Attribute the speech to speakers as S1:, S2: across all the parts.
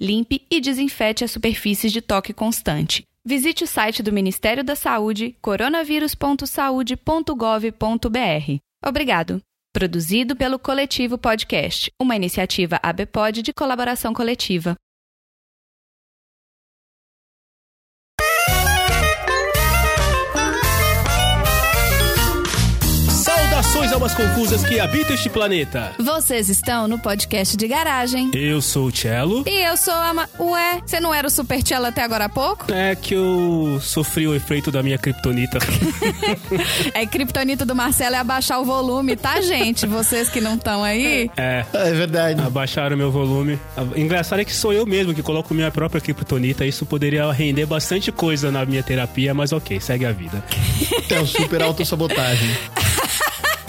S1: Limpe e desinfete as superfícies de toque constante. Visite o site do Ministério da Saúde, coronavírus.saude.gov.br. Obrigado. Produzido pelo Coletivo Podcast, uma iniciativa ABPOD de colaboração coletiva.
S2: Saudações almas confusas que habitam este planeta.
S1: Vocês estão no podcast de garagem.
S2: Eu sou o Cello.
S1: E eu sou a. Ma... Ué, você não era o Super Cello até agora há pouco?
S2: É que eu sofri o efeito da minha kriptonita.
S1: É, criptonita do Marcelo é abaixar o volume, tá, gente? Vocês que não estão aí.
S2: é.
S3: É verdade.
S2: Abaixaram meu volume. A- Engraçado é que sou eu mesmo que coloco minha própria criptonita. Isso poderia render bastante coisa na minha terapia, mas ok, segue a vida.
S3: É um super autossabotagem.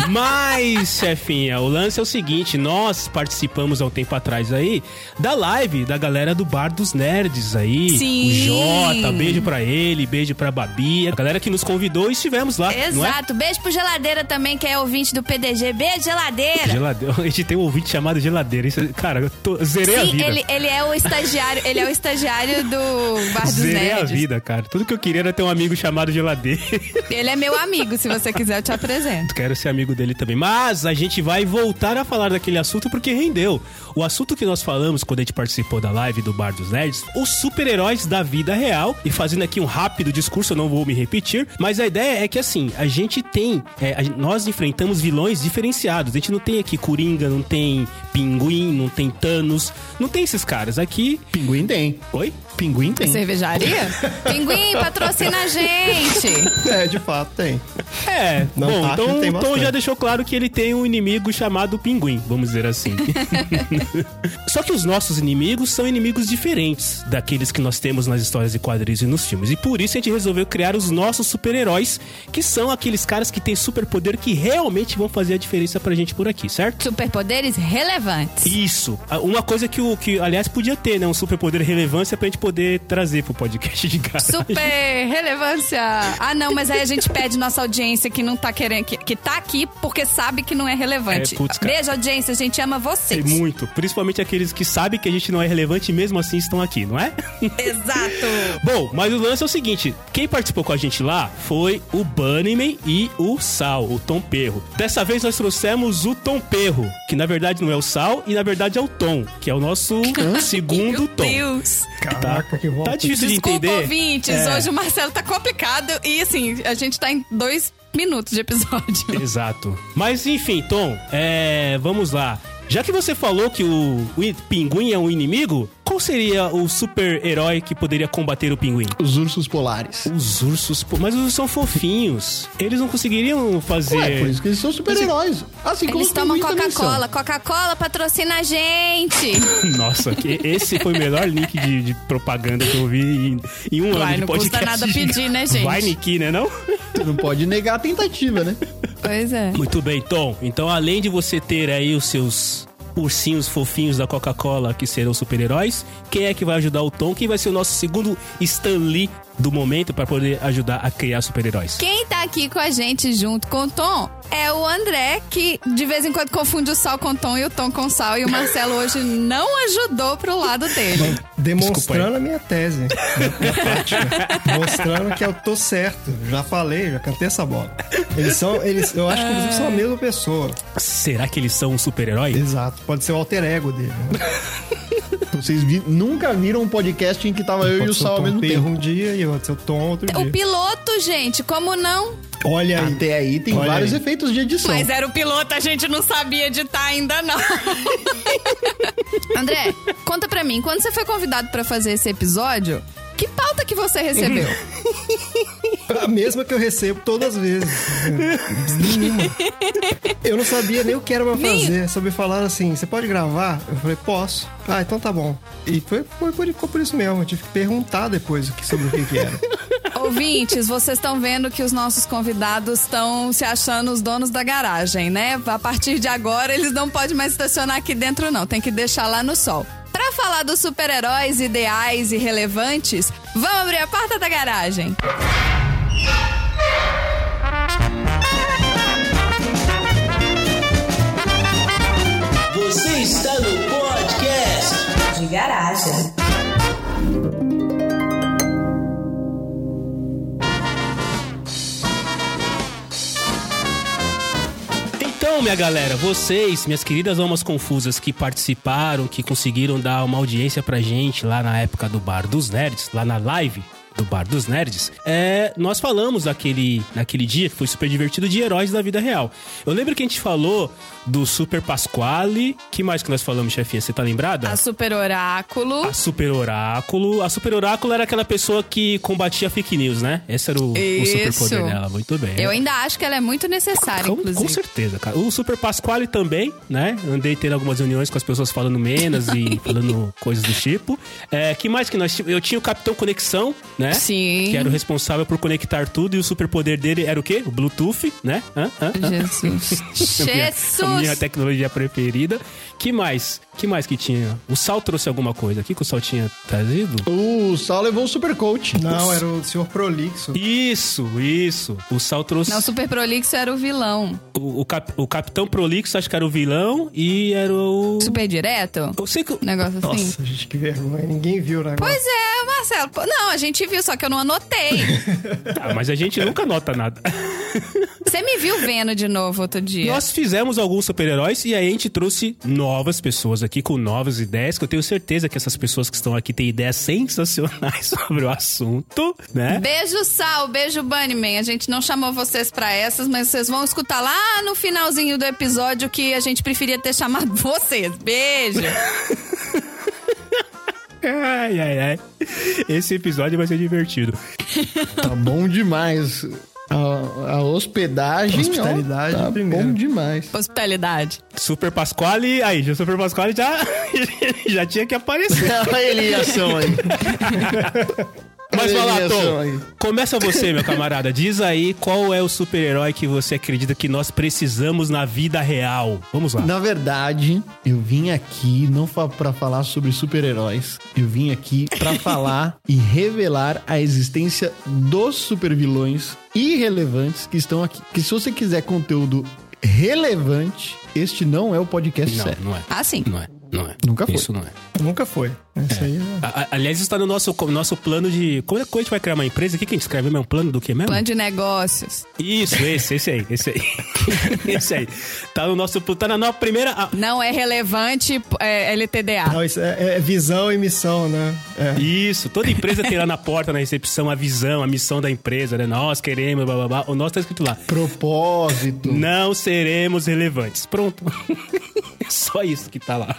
S2: Mas, chefinha, o lance é o seguinte: nós participamos há um tempo atrás aí da live da galera do Bar dos Nerds aí.
S1: Sim.
S2: O Jota, beijo pra ele, beijo pra Babi. A galera que nos convidou e estivemos lá. Não é?
S1: Exato. Beijo pro Geladeira também, que é ouvinte do PDG. Beijo, Geladeira!
S2: Geladeira. A gente tem um ouvinte chamado Geladeira. Isso- é- cara, eu tô- zerei a
S1: Sim,
S2: vida.
S1: ele, ele é o estagiário, ele é o estagiário do Bar dos
S2: Zerei a
S1: Nerds.
S2: vida, cara. Tudo que eu queria era ter um amigo chamado Geladeira.
S1: Ele é meu amigo, se você quiser eu te apresento.
S2: Quero ser amigo dele também. Mas a gente vai voltar a falar daquele assunto porque rendeu. O assunto que nós falamos quando a gente participou da live do Bar dos Nerds, os super-heróis da vida real. E fazendo aqui um rápido discurso, eu não vou me repetir. Mas a ideia é que assim, a gente tem. é, a gen- nós enfrentamos vilões diferenciados. A gente não tem aqui Coringa, não tem Pinguim, não tem Thanos. Não tem esses caras aqui.
S3: Pinguim tem.
S2: Oi?
S3: Pinguim tem.
S4: Cervejaria?
S1: Pinguim, patrocina a gente!
S3: É, de fato tem.
S2: É,
S3: Não
S2: bom,
S3: tá,
S2: então
S3: não tem
S2: o Tom
S3: bastante.
S2: já deixou claro que ele tem um inimigo chamado Pinguim, vamos dizer assim. Só que os nossos inimigos são inimigos diferentes daqueles que nós temos nas histórias de quadrinhos e nos filmes. E por isso a gente resolveu criar os nossos super-heróis, que são aqueles caras que têm superpoder que realmente vão fazer a diferença pra gente por aqui, certo?
S1: Superpoderes relevantes.
S2: Isso. Ah, Uma coisa que, o, que aliás, podia ter, né? Um superpoder relevância pra gente poder trazer pro podcast de cara.
S1: Super relevância! Ah, não, mas aí a gente pede nossa audiência que não tá querendo, que, que tá aqui porque sabe que não é relevante.
S2: É, putz, cara.
S1: Beijo, audiência, a gente ama
S2: E
S1: vocês.
S2: Muito. Principalmente aqueles que sabem que a gente não é relevante e mesmo assim estão aqui, não é?
S1: Exato!
S2: Bom, mas o lance é o seguinte: quem participou com a gente lá foi o Bunnyman e o Sal, o Tom Perro. Dessa vez nós trouxemos o Tom Perro, que na verdade não é o Sal e na verdade é o Tom, que é o nosso segundo
S1: Meu
S2: Tom.
S1: Deus!
S2: Caraca, que volta. Tá difícil
S1: Desculpa,
S2: de entender.
S1: ouvintes,
S2: É.
S1: hoje o Marcelo tá complicado e assim, a gente tá em dois minutos de episódio.
S2: Exato. Mas enfim, Tom, é, vamos lá. Já que você falou que o, o i- pinguim é um inimigo, qual seria o super-herói que poderia combater o pinguim?
S3: Os ursos polares.
S2: Os ursos, pô, mas os ursos são fofinhos. Eles não conseguiriam fazer.
S3: Ué, por isso que eles são super-heróis. Assim como
S1: Eles
S3: os
S1: tomam
S3: pinguins também são.
S1: Coca-Cola. Coca-Cola patrocina a gente.
S2: Nossa, que- esse foi o melhor link de, de propaganda que eu vi em, em um
S1: Vai,
S2: ano de
S1: não
S2: podcast.
S1: custa nada pedir, né, gente?
S2: Vai, Niki, né, não?
S3: Tu não pode negar a tentativa, né?
S1: Pois é.
S2: Muito bem, Tom. Então, além de você ter aí os seus ursinhos fofinhos da Coca-Cola que serão super-heróis, quem é que vai ajudar o Tom? Quem vai ser o nosso segundo Stan Lee do momento para poder ajudar a criar super-heróis?
S1: Quem tá aqui com a gente junto com o Tom é o André, que de vez em quando confunde o sal com o Tom e o Tom com o sal. E o Marcelo hoje não ajudou pro lado dele.
S2: Desculpa
S5: Demonstrando a minha tese. na prática. Mostrando que eu tô certo. Já falei, já cantei essa bola. Eles são. Eles, eu acho que eles
S3: É.
S5: são a mesma pessoa.
S2: Será que eles são um super-herói?
S5: Exato. Pode ser o alter ego dele. Né?
S3: Vocês vi- nunca viram um podcast em que tava eu e
S5: Pode
S3: o
S5: ser
S3: Sal ao
S5: Tom
S3: mesmo
S5: Perro
S3: tempo.
S5: um dia e outro ser o Tom outro
S1: É O
S5: dia.
S1: piloto, gente, como não?
S5: Olha aí.
S3: Até aí tem
S5: Olha
S3: vários
S5: aí.
S3: efeitos de edição.
S1: Mas é- era o piloto, a gente não sabia editar ainda não. André, conta pra mim, quando você foi convidado pra fazer esse episódio, Que pauta que você recebeu?
S3: Ah.
S5: A mesma que eu recebo todas as vezes. Nenhuma. Eu não sabia nem o que era pra
S1: Nem-
S5: fazer. Só me falaram assim: você pode gravar? Eu falei: posso. Ah, então tá bom. E foi, foi, por- ficou por isso mesmo. Eu tive que perguntar depois o que- sobre o que, que era.
S1: Ouvintes, vocês estão vendo que os nossos convidados estão se achando os donos da garagem, né? A partir de agora, eles não podem mais estacionar aqui dentro, não. Tem que deixar lá no sol. Pra falar dos super-heróis ideais e relevantes, vamos abrir a porta da garagem.
S6: Você está no podcast
S7: de garagem.
S2: Então, minha galera, vocês, minhas queridas almas confusas que participaram, que conseguiram dar uma audiência pra gente lá na época do Bar dos Nerds, lá na live do Bar dos Nerds, é, nós falamos naquele, naquele dia, que foi super divertido, de heróis da vida real. Eu lembro que a gente falou do Super Pasquale, que mais que nós falamos, chefinha? Você tá lembrada?
S1: A Super Oráculo.
S2: A Super Oráculo. A Super Oráculo era aquela pessoa que combatia fake news, né? Esse era o, o
S1: Isso.
S2: super poder dela. Muito bem.
S1: Eu ainda acho que ela é muito necessária,
S2: Com,
S1: inclusive.
S2: com certeza, cara. O Super Pasquale também, né? Andei tendo algumas reuniões com as pessoas falando menos e falando coisas do tipo. É, que mais que nós tivemos? Eu tinha o Capitão Conexão, né?
S1: Sim.
S2: Que era o responsável por conectar tudo e o superpoder dele era o quê? O Bluetooth, né? Hã? Hã? Hã?
S1: Jesus.
S2: A minha- A minha
S1: Jesus!
S2: tecnologia preferida. Que mais? Que mais que tinha? O Sal trouxe alguma coisa aqui que o Sal tinha trazido?
S3: O Sal levou o Super Coach.
S5: Não, é, era o senhor Prolixo.
S2: Isso, isso. O Sal trouxe.
S1: Não, Super Prolixo era o vilão.
S2: O, o cap- o Capitão Prolixo, acho que era o vilão, e era o.
S1: Super direto?
S2: Eu sei que. o-
S1: Um negócio assim.
S5: Nossa, gente, que vergonha. Ninguém viu o negócio.
S1: Pois é, Marcelo. Pô, Não, a gente viu, só que eu não anotei.
S2: Ah, mas a gente nunca nota nada.
S1: Você me viu vendo de novo outro
S3: É.
S1: dia.
S2: Nós fizemos alguns super-heróis e aí a gente trouxe novas pessoas aqui com novas ideias, que eu tenho certeza que essas pessoas que estão aqui têm ideias sensacionais sobre o assunto,
S5: é?
S2: né?
S1: Beijo, Sal. Beijo, Bunnyman. A gente não chamou vocês pra essas, mas vocês vão escutar lá no finalzinho do episódio que a gente preferia ter chamado vocês. Beijo.
S2: Ai, ai, ai. Esse episódio vai ser divertido.
S3: Tá bom demais. A, a hospedagem. ó,
S5: Hospitalidade
S3: tá
S5: primeiro.
S3: bom demais.
S1: Hospitalidade.
S2: Super Pasquale, aí, já Super Pasquale já, já tinha que aparecer.
S3: Olha ele em ação aí.
S2: Mas vai lá,
S3: Olha
S2: Tom.
S3: só aí.
S2: Começa você, meu camarada. Diz aí qual é o super-herói que você acredita que nós precisamos na vida real. Vamos lá.
S3: Na verdade, eu vim aqui não fa pra falar sobre super-heróis. Eu vim aqui pra falar e revelar a existência dos supervilões irrelevantes que estão aqui. Que se você quiser conteúdo relevante, este não é o podcast
S2: Não,
S3: certo.
S2: não é.
S1: Ah, sim.
S2: Não é. Não é.
S3: Nunca foi.
S2: Isso não é.
S5: Nunca foi. Isso aí é.
S2: A- a- aliás, isso tá no nosso, co- nosso plano de. Quando é que a gente vai criar uma empresa? O que, que a gente escreve mesmo? Um Plano do que mesmo?
S1: Plano de negócios.
S2: Isso, esse, esse aí, esse aí. esse aí. Tá no nosso plano. Tá na nossa primeira. ah,
S1: Não é relevante é, LTDA.
S5: Não, isso é, é visão e missão, né? É.
S2: Isso, toda empresa tem lá na porta, na recepção, a visão, a missão da empresa, né? Nós queremos, blá blá blá. O nosso tá escrito lá.
S3: Propósito.
S2: Não seremos relevantes. Pronto. É Só isso que tá lá.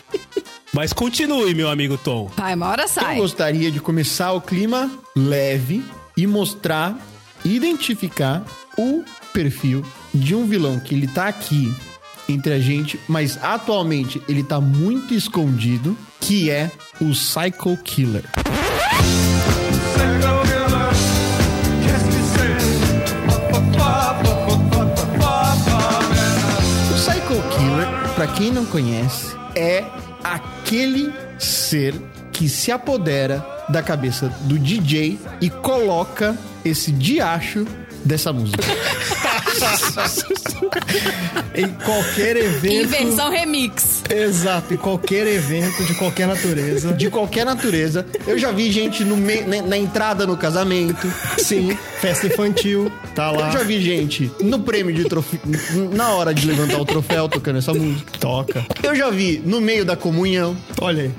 S2: Mas continue, meu amigo Tom.
S1: Vai, uma hora
S3: Eu
S1: sai.
S3: gostaria de começar o clima leve e mostrar, identificar o perfil de um vilão que ele tá aqui entre a gente, mas atualmente ele tá muito escondido, que é o Psycho Killer. O Psycho Killer, pra quem não conhece, é aquele ser que se apodera da cabeça do DJ e coloca esse diacho dessa música.
S5: Em qualquer evento.
S1: Inversão remix.
S5: Exato, em qualquer evento de qualquer natureza.
S3: De qualquer natureza. Eu já vi gente no me- né, na, na entrada no casamento. Sim.
S5: Festa infantil, tá lá.
S3: Eu já vi gente no prêmio de troféu. Na hora de levantar o troféu tocando essa música.
S5: Toca.
S3: Eu já vi no meio da comunhão.
S5: Olha aí.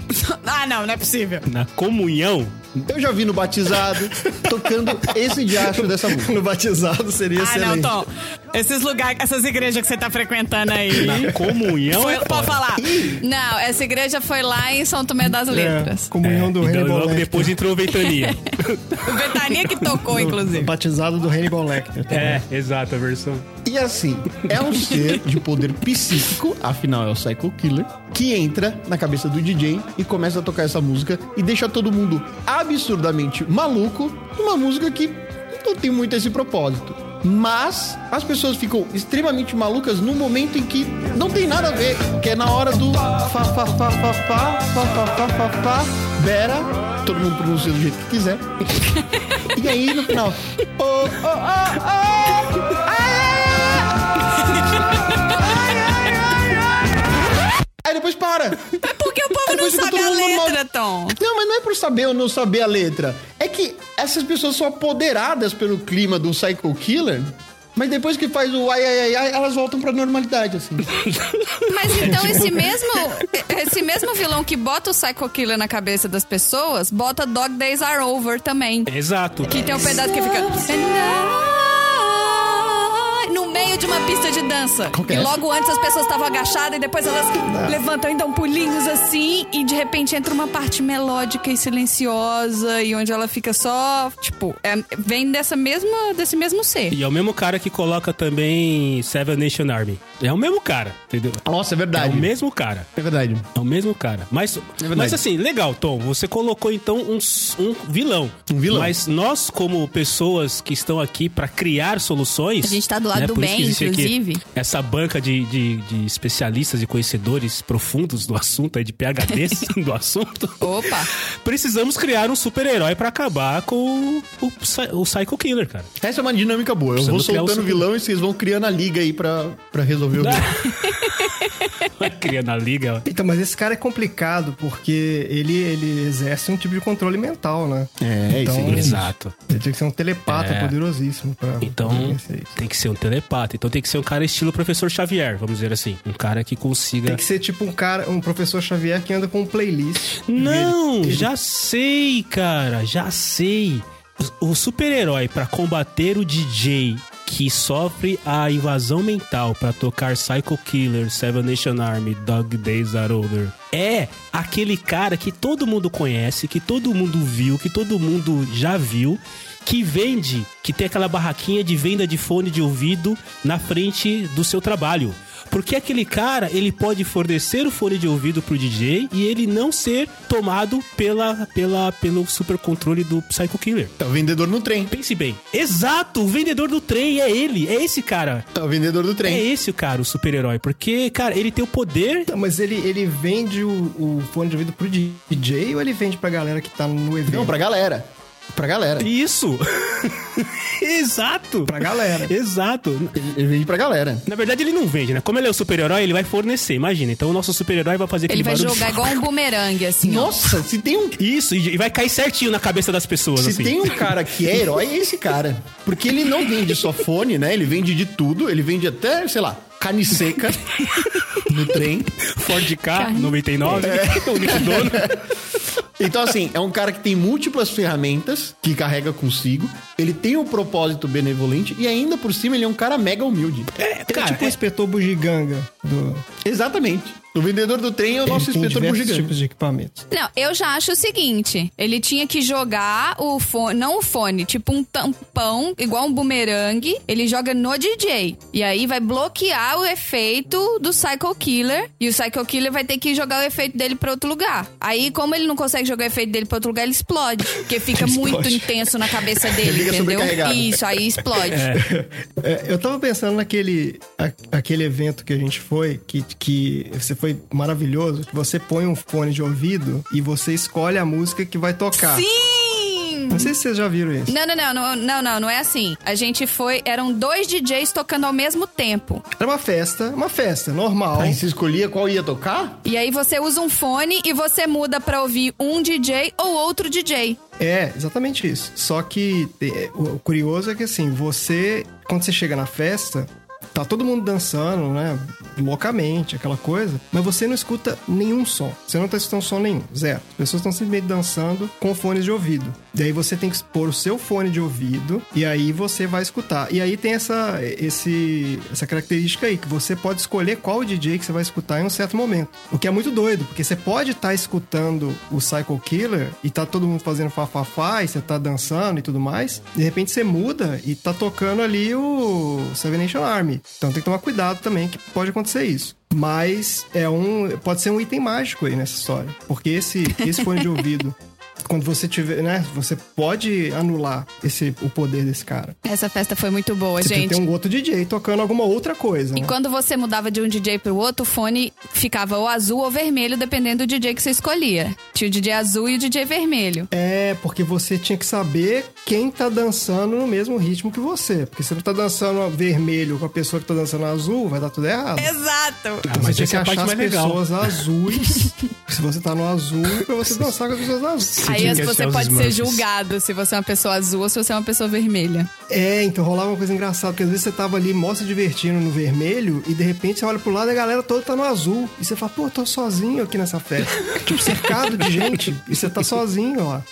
S1: Ah, não, não é possível.
S2: Na comunhão.
S3: Eu já vi no batizado tocando esse diacho dessa música.
S5: No batizado seria
S1: Ah, não,
S5: excelente.
S1: Tom.
S7: Esses lugares, essas igrejas que você tá frequentando aí.
S2: Na comunhão.
S7: Foi,
S2: é
S7: pode
S2: foda.
S7: falar.
S1: Não, essa igreja foi lá em São Tomé das Letras.
S5: É, comunhão do
S2: Então,
S5: Hannibal
S2: logo
S5: Lecter.
S2: depois entrou o Ventania.
S7: O Betania que tocou, inclusive.
S5: Batizado do Hannibal Lecter.
S2: é, exato, a versão.
S3: E assim, é um ser de poder psíquico, afinal é o Psycho Killer, que entra na cabeça do DJ e começa a tocar essa música e deixa todo mundo absurdamente maluco numa música que não tem muito esse propósito. Mas as pessoas ficam extremamente malucas no momento em que não tem nada a ver, que é na hora do fa fa fa fa fa fa fa fa fa fa Vera, todo mundo pronuncia do jeito que quiser. E aí no final, oh, oh, oh, oh, aê! Aí depois para.
S7: É Porque o povo não
S3: Depois fica
S7: sabe
S3: todo
S7: a
S3: mundo mal-
S7: letra, Tom.
S3: Não, mas não é por saber ou não saber a letra. É que essas pessoas são apoderadas pelo clima do Psycho Killer, mas depois que faz o ai, ai, ai, ai, elas voltam pra normalidade, assim.
S1: Mas então esse mesmo esse mesmo vilão que bota o Psycho Killer na cabeça das pessoas, bota Dog Days Are Over também.
S2: Exato.
S1: Que tem um pedaço que fica. "And I", No meio de uma pista de dança.
S3: que é
S1: E
S3: essa?
S1: logo antes as pessoas estavam agachadas e depois elas levantam e dão pulinhos assim. E de repente entra uma parte melódica e silenciosa. E onde ela fica só. Tipo, é- vem dessa mesma, desse mesmo ser.
S2: E é o mesmo cara que coloca também Seven Nation Army. É o mesmo cara, entendeu?
S3: Nossa, é
S2: É o
S3: verdade.
S2: mesmo cara.
S3: É verdade.
S2: É o mesmo cara. Mas,
S3: verdade.
S2: mas assim, legal, Tom. Você colocou então um, s- um vilão.
S3: Um vilão.
S2: Mas nós, como pessoas que estão aqui pra criar soluções. né,
S8: A gente tá do lado do
S2: por isso que
S8: bem,
S2: existe aqui
S8: inclusive.
S2: Essa banca de, de, de especialistas e conhecedores profundos do assunto, aí, de PHDs do assunto.
S1: Opa!
S2: Precisamos criar um super-herói pra acabar com o, o, Psy- o Psycho Killer, cara.
S3: Essa é uma dinâmica boa. Eu vou
S2: Precisamos criar
S3: soltando
S2: o
S3: o vilão e vocês vão criando a liga aí pra, pra resolver o vilão.
S2: Vai criando a liga.
S5: Então, mas esse cara é complicado porque ele, ele exerce um tipo de controle mental, né?
S3: É, isso
S5: Então,
S3: aí.
S2: Exato.
S5: Ele tinha que ser um telepata
S2: É.
S5: poderosíssimo pra pra
S2: Então
S5: vencer isso.
S2: tem que ser um telepata. Então tem que ser um cara estilo professor Xavier, vamos dizer assim. Um cara que consiga.
S5: Tem que ser tipo um cara, um professor Xavier que anda com um playlist.
S2: Não, já sei, cara, já sei. O o super-herói pra combater o DJ que sofre a invasão mental pra tocar Psycho Killer, Seven Nation Army, Dog Days Are Older é aquele cara que todo mundo conhece, que todo mundo viu, que todo mundo já viu, que vende, que tem aquela barraquinha de venda de fone de ouvido na frente do seu trabalho. Porque aquele cara, ele pode fornecer o fone de ouvido pro DJ e ele não ser tomado pela, pela, pelo super controle do Psycho Killer.
S3: É o vendedor no trem.
S2: Pense bem. Exato, o vendedor do trem é ele, é esse cara.
S3: É o vendedor do
S2: É
S3: trem.
S2: esse o cara, o super-herói. Porque, cara, ele tem o poder.
S5: Então, mas ele, ele vende o, o fone de ouvido pro DJ ou ele vende pra galera que tá no evento?
S3: Não, pra galera. Pra galera.
S2: Isso! Exato!
S5: Pra galera.
S2: Exato.
S3: Ele ele vende pra galera.
S2: Na verdade, ele não vende, né? Como ele é o super-herói, ele vai fornecer, imagina. Então o nosso super-herói vai fazer aquele
S1: Ele vai
S2: barulho.
S1: jogar igual um bumerangue, assim. ó.
S3: Nossa, se tem um
S2: Isso, e e vai cair certinho na cabeça das pessoas,
S3: Se
S2: assim.
S3: tem um cara que é herói, é esse cara. Porque ele não vende só fone, né? Ele vende de tudo. Ele vende até, sei lá, carne seca no trem.
S2: Ford K, 99, o Nick Dono.
S3: Então, assim, é um cara que tem múltiplas ferramentas que carrega consigo. Ele tem um propósito benevolente e ainda por cima ele é um cara mega humilde.
S2: É,
S5: Ele é
S2: cara,
S3: Ah,
S5: tipo o
S2: é-
S5: inspetor bugiganga do.
S3: Exatamente. O vendedor do trem é o nosso
S5: ele tem
S3: inspetor
S5: diversos
S3: bugiganga.
S5: tipos de equipamentos.
S1: Não, eu já acho o seguinte: ele tinha que jogar o fone, não o fone, tipo um tampão, igual um bumerangue, ele joga no DJ. E aí vai bloquear o efeito do Psycho Killer. E o Psycho Killer vai ter que jogar o efeito dele pra outro lugar. Aí, como ele não consegue jogar o efeito dele pra outro lugar, ele explode. Porque fica muito intenso na cabeça dele,
S3: fica
S1: entendeu?
S3: sobrecarregado.
S1: Isso, aí explode.
S5: É, eu tava pensando naquele a- aquele evento que a gente foi, que, que você foi maravilhoso. que Você põe um fone de ouvido e você escolhe a música que vai tocar.
S1: Sim!
S5: Não sei se vocês já viram isso.
S1: Não, não, não, não, não, não, não é assim. A gente foi. Eram dois DJs tocando ao mesmo tempo.
S5: Era uma festa, uma festa normal.
S3: Aí você escolhia qual ia tocar?
S1: E aí você usa um fone e você muda pra ouvir um DJ ou outro DJ.
S5: É, exatamente isso. Só que é, o o curioso é que assim, você, quando você chega na festa, Tá todo mundo dançando, né? Loucamente, aquela coisa. Mas você não escuta nenhum som. Você não tá escutando som nenhum. Zero. As pessoas estão simplesmente dançando com fones de ouvido. Daí você tem que pôr o seu fone de ouvido e aí você vai escutar. E aí tem essa, esse, essa característica aí, que você pode escolher qual DJ que você vai escutar em um certo momento. O que é muito doido, porque você pode estar escutando o Psycho Killer e tá todo mundo fazendo fafafá e você tá dançando e tudo mais. De repente você muda e tá tocando ali o Seven Nation Army. Então tem que tomar cuidado também que pode acontecer isso. Mas é um. Pode ser um item mágico aí nessa história. Porque esse, esse fone de ouvido quando você tiver, né? Você pode anular esse, o poder desse cara.
S1: Essa festa foi muito boa,
S5: Você tem
S1: gente.
S5: que ter um outro DJ tocando alguma outra coisa.
S1: E
S5: né?
S1: quando você mudava de um DJ pro outro, o fone ficava ou azul ou vermelho, dependendo do DJ que você escolhia. Tinha o DJ azul e o DJ vermelho.
S5: É, porque você tinha que saber quem tá dançando no mesmo ritmo que você. Porque se não tá dançando vermelho com a pessoa que tá dançando azul, vai dar tudo errado.
S7: Exato.
S5: Então
S2: mas
S5: você
S2: essa é a
S5: tinha que
S2: parte
S5: achar as
S2: mais legal.
S5: pessoas azuis. se você tá no azul, pra você dançar com as pessoas azuis.
S1: Aí
S9: tinha
S1: as-
S9: que
S1: você
S9: achar os
S1: pode ser
S9: Smurfs.
S1: julgado se você é uma pessoa azul ou se você é uma pessoa vermelha.
S5: É, então rolava uma coisa engraçada, porque às vezes você tava ali mó se divertindo no vermelho e de repente você olha pro lado e a galera toda tá no azul. E você fala, pô, eu tô sozinho aqui nessa festa. tipo, cercado de gente e você tá sozinho lá.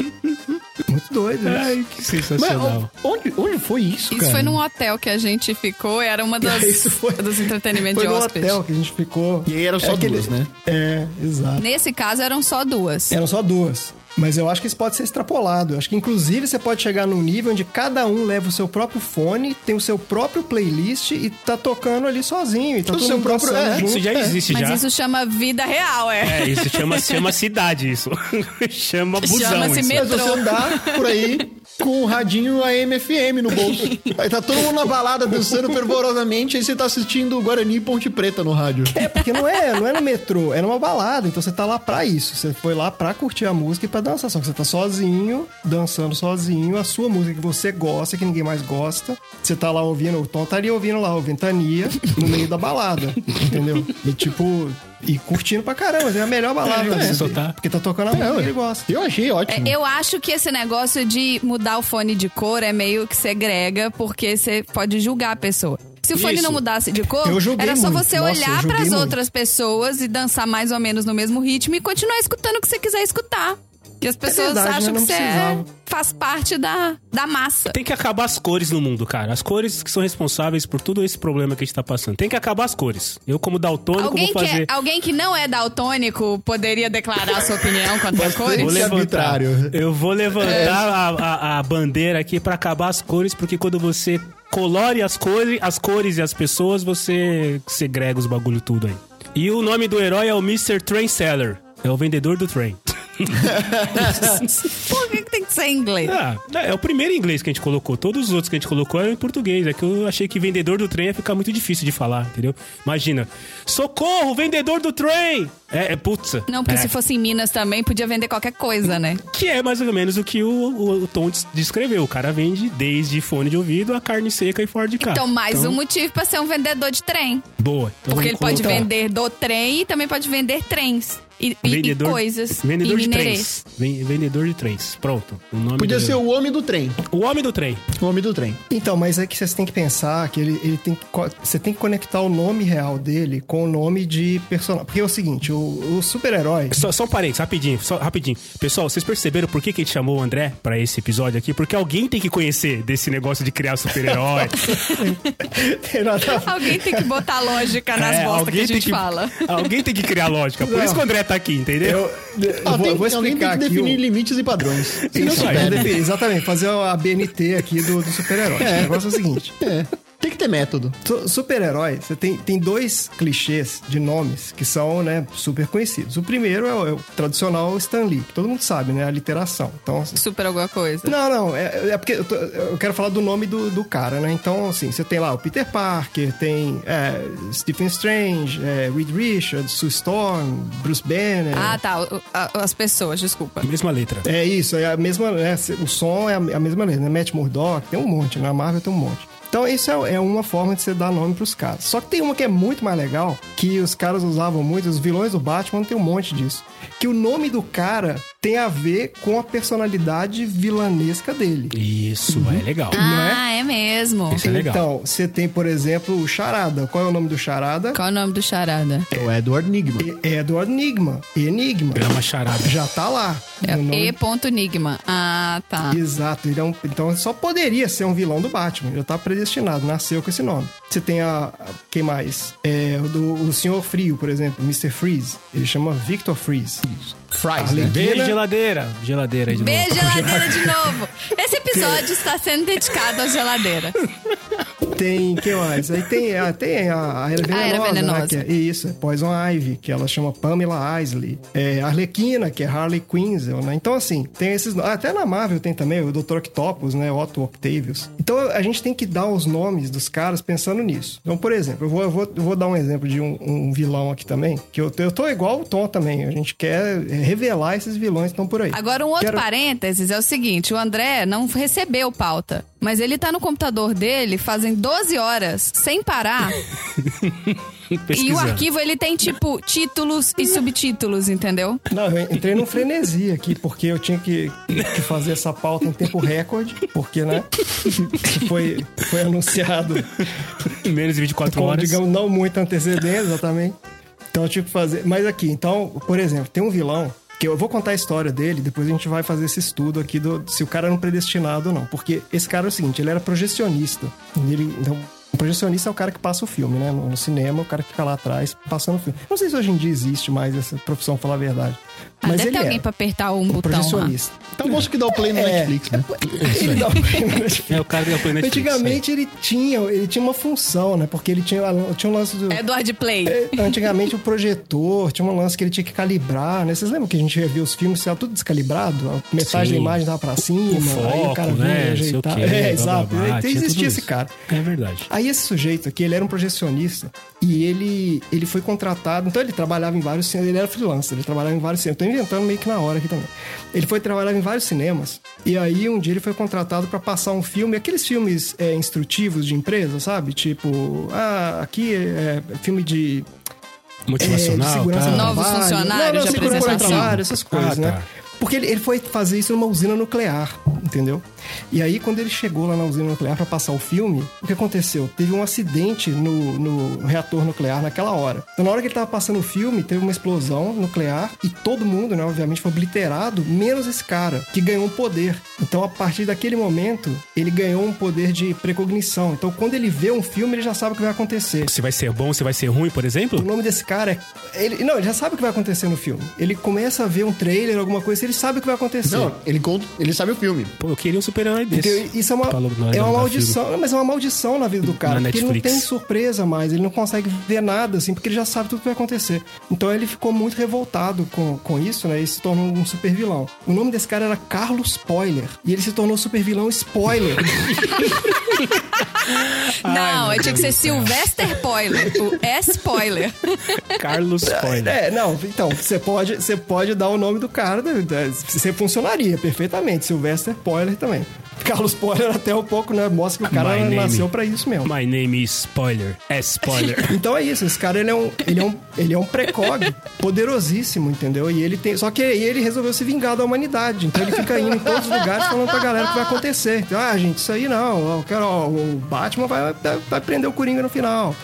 S5: Muito doido isso.
S2: Ai, que
S3: Mas
S2: sensacional.
S3: o- onde, onde foi isso,
S1: Isso
S3: cara?
S1: foi num hotel que a gente ficou, era uma das,
S5: Isso foi-
S1: dos entretenimentos
S5: Foi
S1: de
S5: no
S1: hóspedes.
S5: hotel que a gente ficou.
S3: E aí eram só
S5: É aquele-
S3: duas, né?
S5: É, exato.
S1: Nesse caso eram só duas.
S5: Eram só duas. Mas eu acho que isso pode ser extrapolado. Eu acho que, inclusive, você pode chegar num nível onde cada um leva o seu próprio fone, tem o seu próprio playlist e tá tocando ali sozinho. E tá
S3: O
S5: todo
S3: seu
S5: mundo
S3: próprio-
S5: dançando
S3: é,
S5: junto.
S2: Isso já existe,
S1: Mas
S2: já.
S1: isso chama vida real, é.
S2: É, isso chama, chama cidade, isso. chama busão.
S1: Chama-se
S2: isso.
S1: metrô.
S3: Mas você andar por aí com um radinho AM/FM no bolso. Aí tá todo mundo na balada dançando fervorosamente, aí você tá assistindo Guarani e Ponte Preta no rádio.
S5: É, porque não é, não é no metrô, é numa balada, então você tá lá pra isso. Você foi lá pra curtir a música e pra dançar. Só que você tá sozinho, dançando sozinho, a sua música que você gosta, que ninguém mais gosta. Você tá lá ouvindo, o Tom estaria ouvindo lá, o Ventania, no meio da balada, entendeu? E tipo, e curtindo pra caramba, mas é a melhor balada.
S2: É,
S5: né?
S2: só tá.
S5: Porque tá tocando a música que ele gosta.
S3: Eu achei ótimo.
S1: É, Eu acho que esse negócio de mudar o fone de cor é meio que segrega, porque você pode julgar a pessoa. Se o fone
S2: Isso.
S1: não mudasse de cor,
S5: Eu julguei
S1: era só
S5: muito.
S1: você
S5: Nossa, eu
S1: olhar
S5: julguei
S1: para as
S5: muito.
S1: outras pessoas e dançar mais ou menos no mesmo ritmo e continuar escutando o que você quiser escutar. E as pessoas
S5: verdade,
S1: acham que
S5: né? Não
S1: você é-
S5: precisava.
S1: faz parte da, da massa.
S2: Tem que acabar as cores no mundo, cara. As cores que são responsáveis por todo esse problema que a gente tá passando. Tem que acabar as cores. Eu, como daltônico,
S1: Alguém
S2: vou
S1: que, é-
S2: fazer...
S1: alguém que não é daltônico poderia declarar sua opinião quanto a
S2: Vou
S1: cores?
S3: Esse
S2: levantar,
S3: arbitrário.
S2: eu vou levantar
S1: É.
S2: a, a- a bandeira aqui pra acabar as cores, porque quando você colore as cores, as cores e as pessoas, você segrega os bagulho tudo aí. E o nome do herói é o Mr. Train Seller. É o vendedor do trem.
S5: é.
S1: Por que que tem que ser em inglês?
S2: Ah, é o primeiro em inglês que a gente colocou. Todos os outros que a gente colocou eram em português. É que eu achei que vendedor do trem ia ficar muito difícil de falar, entendeu? Imagina. Socorro, vendedor do trem! É, é putz.
S1: Não, porque
S2: é.
S1: se fosse em Minas também, podia vender qualquer coisa, né?
S2: Que é mais ou menos o que o, o, o Tom des- descreveu. O cara vende desde fone de ouvido a carne seca e Ford K.
S1: Então, mais um motivo pra ser um vendedor de trem.
S2: Boa. Então,
S1: Porque ele pode
S2: conta-
S1: vender do trem e também pode vender trens. E, e- e coisas.
S2: Vendedor
S1: e
S2: de
S1: minerês.
S2: trens. Ven- Vendedor de trens. Pronto. O nome
S3: Podia
S2: do-
S3: ser o homem do trem.
S2: O homem do trem.
S3: O homem do trem.
S5: Então, mas é que vocês têm que pensar que ele, ele tem que. co- Você tem que conectar o nome real dele com o nome de personagem. Porque é o seguinte, o, o super-herói.
S2: Só, só um parênteses, rapidinho, só, rapidinho. Pessoal, vocês perceberam por que, que a gente chamou o André pra esse episódio aqui? Porque alguém tem que conhecer desse negócio de criar super-herói.
S5: tem nada a ver.
S1: Alguém tem que botar lógica nas
S2: É,
S1: bostas que a
S2: tem
S1: gente fala.
S2: Alguém tem que criar lógica. Por
S5: Não.
S2: isso que o André tá aqui, entendeu?
S5: Eu, eu
S3: Ah,
S5: vou,
S3: tem-
S5: eu vou
S3: alguém tem
S5: explicar
S3: que
S5: aqui.
S3: definir
S5: o-
S3: limites e padrões. Se não
S2: Isso aí.
S3: souber,
S5: Vou
S3: né?
S5: definir, exatamente, fazer a BNT aqui do, do super-herói. O negócio é o seguinte:
S3: É. Tem que ter método.
S5: su- super-herói, você tem, tem dois clichês de nomes que são, né, super conhecidos. O primeiro é o, é o tradicional Stan Lee, que todo mundo sabe, né? A literação. Então,
S1: Super alguma coisa.
S5: não, não, é, é porque eu, tô- eu quero falar do nome do, do cara, né? Então, assim, você tem lá o Peter Parker, tem é, Stephen Strange, é, Reed Richards, Sue Storm, Bruce
S2: É.
S5: Banner.
S1: Ah, tá. o- a- as pessoas, desculpa.
S2: Mesma letra.
S5: É isso, é a mesma, né? O som é a a mesma letra, né? Matt Murdock, tem um monte, na Marvel tem um monte. Então, isso é, é uma forma de você dar nome pros caras. Só que tem uma que é muito mais legal, que os caras usavam muito, os vilões do Batman tem um monte disso. Que o nome do cara tem a ver com a personalidade vilanesca dele.
S2: Isso, é legal.
S1: Ah, é mesmo.
S2: Isso é legal.
S5: Então, você tem, por exemplo, o Charada. Qual é o nome do Charada?
S1: Qual é o nome do charada?
S3: É o Edward Nigma.
S5: E- Edward Enigma. Enigma.
S2: É uma charada.
S5: Já tá lá.
S1: É
S5: No nome-
S1: E. ponto Enigma. Ah, tá.
S5: Exato, ele é um- então só poderia ser um vilão do Batman, já tá predestinado, nasceu com esse nome. Você tem a. a- quem mais? É, o, do, o Senhor Frio, por exemplo, Mr. Freeze. Ele chama Victor Freeze.
S3: Fries,
S2: Beijo,
S3: né?
S5: Arlequina.
S2: geladeira. Geladeira aí de
S1: Beijo,
S2: novo.
S1: geladeira de novo. Esse episódio está sendo dedicado à geladeira.
S5: Tem, quem mais? Aí tem, a- tem a, a Era Venenosa.
S1: Era
S5: né,
S1: Venenosa.
S5: que é- isso, é Poison Ivy, que ela chama Pamela Isley. É, Arlequina, que é Harley Quinzel, né? Então, assim, tem esses... no- ah, Até na Marvel tem também o Dr. Octopus, né? Otto Octavius. Então, a gente tem que dar os nomes dos caras pensando nisso. Então, por exemplo, eu vou, eu vou, eu vou dar um exemplo de um, um vilão aqui também, que eu, tô- eu tô igual o Tom também. A gente quer é, revelar esses vilões que estão por aí.
S1: Agora, um outro
S5: Quero-
S1: parênteses é o seguinte: o André não recebeu pauta, mas ele tá no computador dele fazem 12 horas sem parar. e o
S2: Pesquisando.
S1: arquivo ele tem, tipo, títulos e subtítulos, entendeu?
S5: Não, eu entrei num frenesi aqui, porque eu tinha que, que fazer essa pauta em tempo recorde, porque, né? Foi, foi anunciado
S2: Menos de 24
S5: com,
S2: horas.
S5: Então, digamos, não muita antecedência, exatamente. Então eu tive que fazer. Mas aqui, então, por exemplo, tem um vilão. Que eu vou contar a história dele, depois a gente vai fazer esse estudo aqui do se o cara era um predestinado ou não. Porque esse cara é o seguinte, ele era projecionista. E Ele, então, o projecionista é o cara que passa o filme, né? No, no cinema, o cara que fica lá atrás passando o filme. Não sei se hoje em dia existe mais essa profissão, falar a verdade.
S1: Ah,
S5: Mas
S1: deve
S5: ele
S1: ter alguém
S5: era.
S1: pra apertar um
S5: O
S1: botão lá.
S5: projecionista.
S3: Então o moço que dá o play no Netflix, né?
S5: Ele dá um-
S2: É o cara que apoia Netflix.
S5: Antigamente ele tinha, ele tinha uma função, né? Porque ele tinha, tinha um lance do.
S1: Edward Play.
S5: É, Antigamente o projetor tinha um lance que ele tinha que calibrar, né? Vocês lembram que a gente via os filmes, era tudo descalibrado? A Metade
S2: Sim.
S5: da imagem dava pra cima, aí
S2: foco,
S5: o cara
S2: né?
S5: vinha
S2: Não sei o
S5: ajeitar.
S2: quê, blá,
S5: é,
S2: blá,
S5: exato.
S2: blá,
S5: Então
S2: tinha tudo
S5: existia esse
S2: isso.
S5: cara.
S2: É verdade.
S5: Aí esse sujeito aqui, ele era um projecionista e ele, ele foi contratado. Então ele trabalhava em vários cinemas, ele era freelancer, ele trabalhava em vários cinemas. Tô inventando meio que na hora aqui também. Ele foi trabalhar em vários cinemas e aí um dia ele foi contratado para passar um filme, aqueles filmes é, instrutivos de empresa, sabe? Tipo, ah, aqui é filme de
S2: Motivacional.
S5: é, de segurança
S2: tá?
S5: do
S1: Novos
S5: trabalho.
S1: funcionários
S5: não, não,
S1: de
S5: segurança do
S1: apresentação.
S5: trabalho, essas coisas,
S2: Ah,
S5: né?
S2: tá.
S5: Porque ele, ele foi fazer isso numa usina nuclear, entendeu? E aí, quando ele chegou lá na usina nuclear pra passar o filme, o que aconteceu? Teve um acidente no, no reator nuclear naquela hora. Então, na hora que ele tava passando o filme, teve uma explosão nuclear e todo mundo, né, obviamente, foi obliterado, menos esse cara, que ganhou um poder. Então, a partir daquele momento, ele ganhou um poder de precognição. Então, quando ele vê um filme, ele já sabe o que vai acontecer.
S2: Se vai ser bom, se vai ser ruim, por
S5: O
S2: exemplo?
S5: nome desse cara é. Ele, não, ele já sabe o que vai acontecer no filme. Ele começa a ver um trailer, alguma coisa, ele sabe o que vai acontecer.
S3: Não, ele, conta, ele sabe o filme.
S2: Pô, eu queria um super-herói
S5: Então,
S2: desse.
S5: isso é uma,
S2: Falou tá na hora
S5: é
S2: da-
S5: uma
S2: da
S5: maldição. Não, mas é uma maldição na vida do cara.
S2: Na
S5: Porque ele não
S2: Netflix.
S5: tem surpresa mais, ele não consegue ver nada, assim, porque ele já sabe tudo o que vai acontecer. Então ele ficou muito revoltado com, com isso, né? E se tornou um super vilão. O nome desse cara era Carlos Spoiler. E ele se tornou super vilão spoiler.
S1: Não, tinha que ser Sylvester Spoiler. O S-Spoiler.
S2: Carlos Spoiler.
S5: É, não, então, você pode, você pode dar o nome do cara, né? você funcionaria perfeitamente. Sylvester Spoiler também. Carlos Spoiler até um pouco, né? Mostra que o cara
S2: Ah, My name.
S5: nasceu pra isso mesmo.
S2: My name is Spoiler. É Spoiler.
S5: Então é isso, esse cara ele é um, ele é um, ele é um precog poderosíssimo, entendeu? E ele tem, só que aí ele resolveu se vingar da humanidade. Então ele fica indo em todos os lugares falando pra galera o que vai acontecer. Então, ah, gente, isso aí não, ó, eu quero, ó, o Batman vai, vai, vai prender o Coringa no final.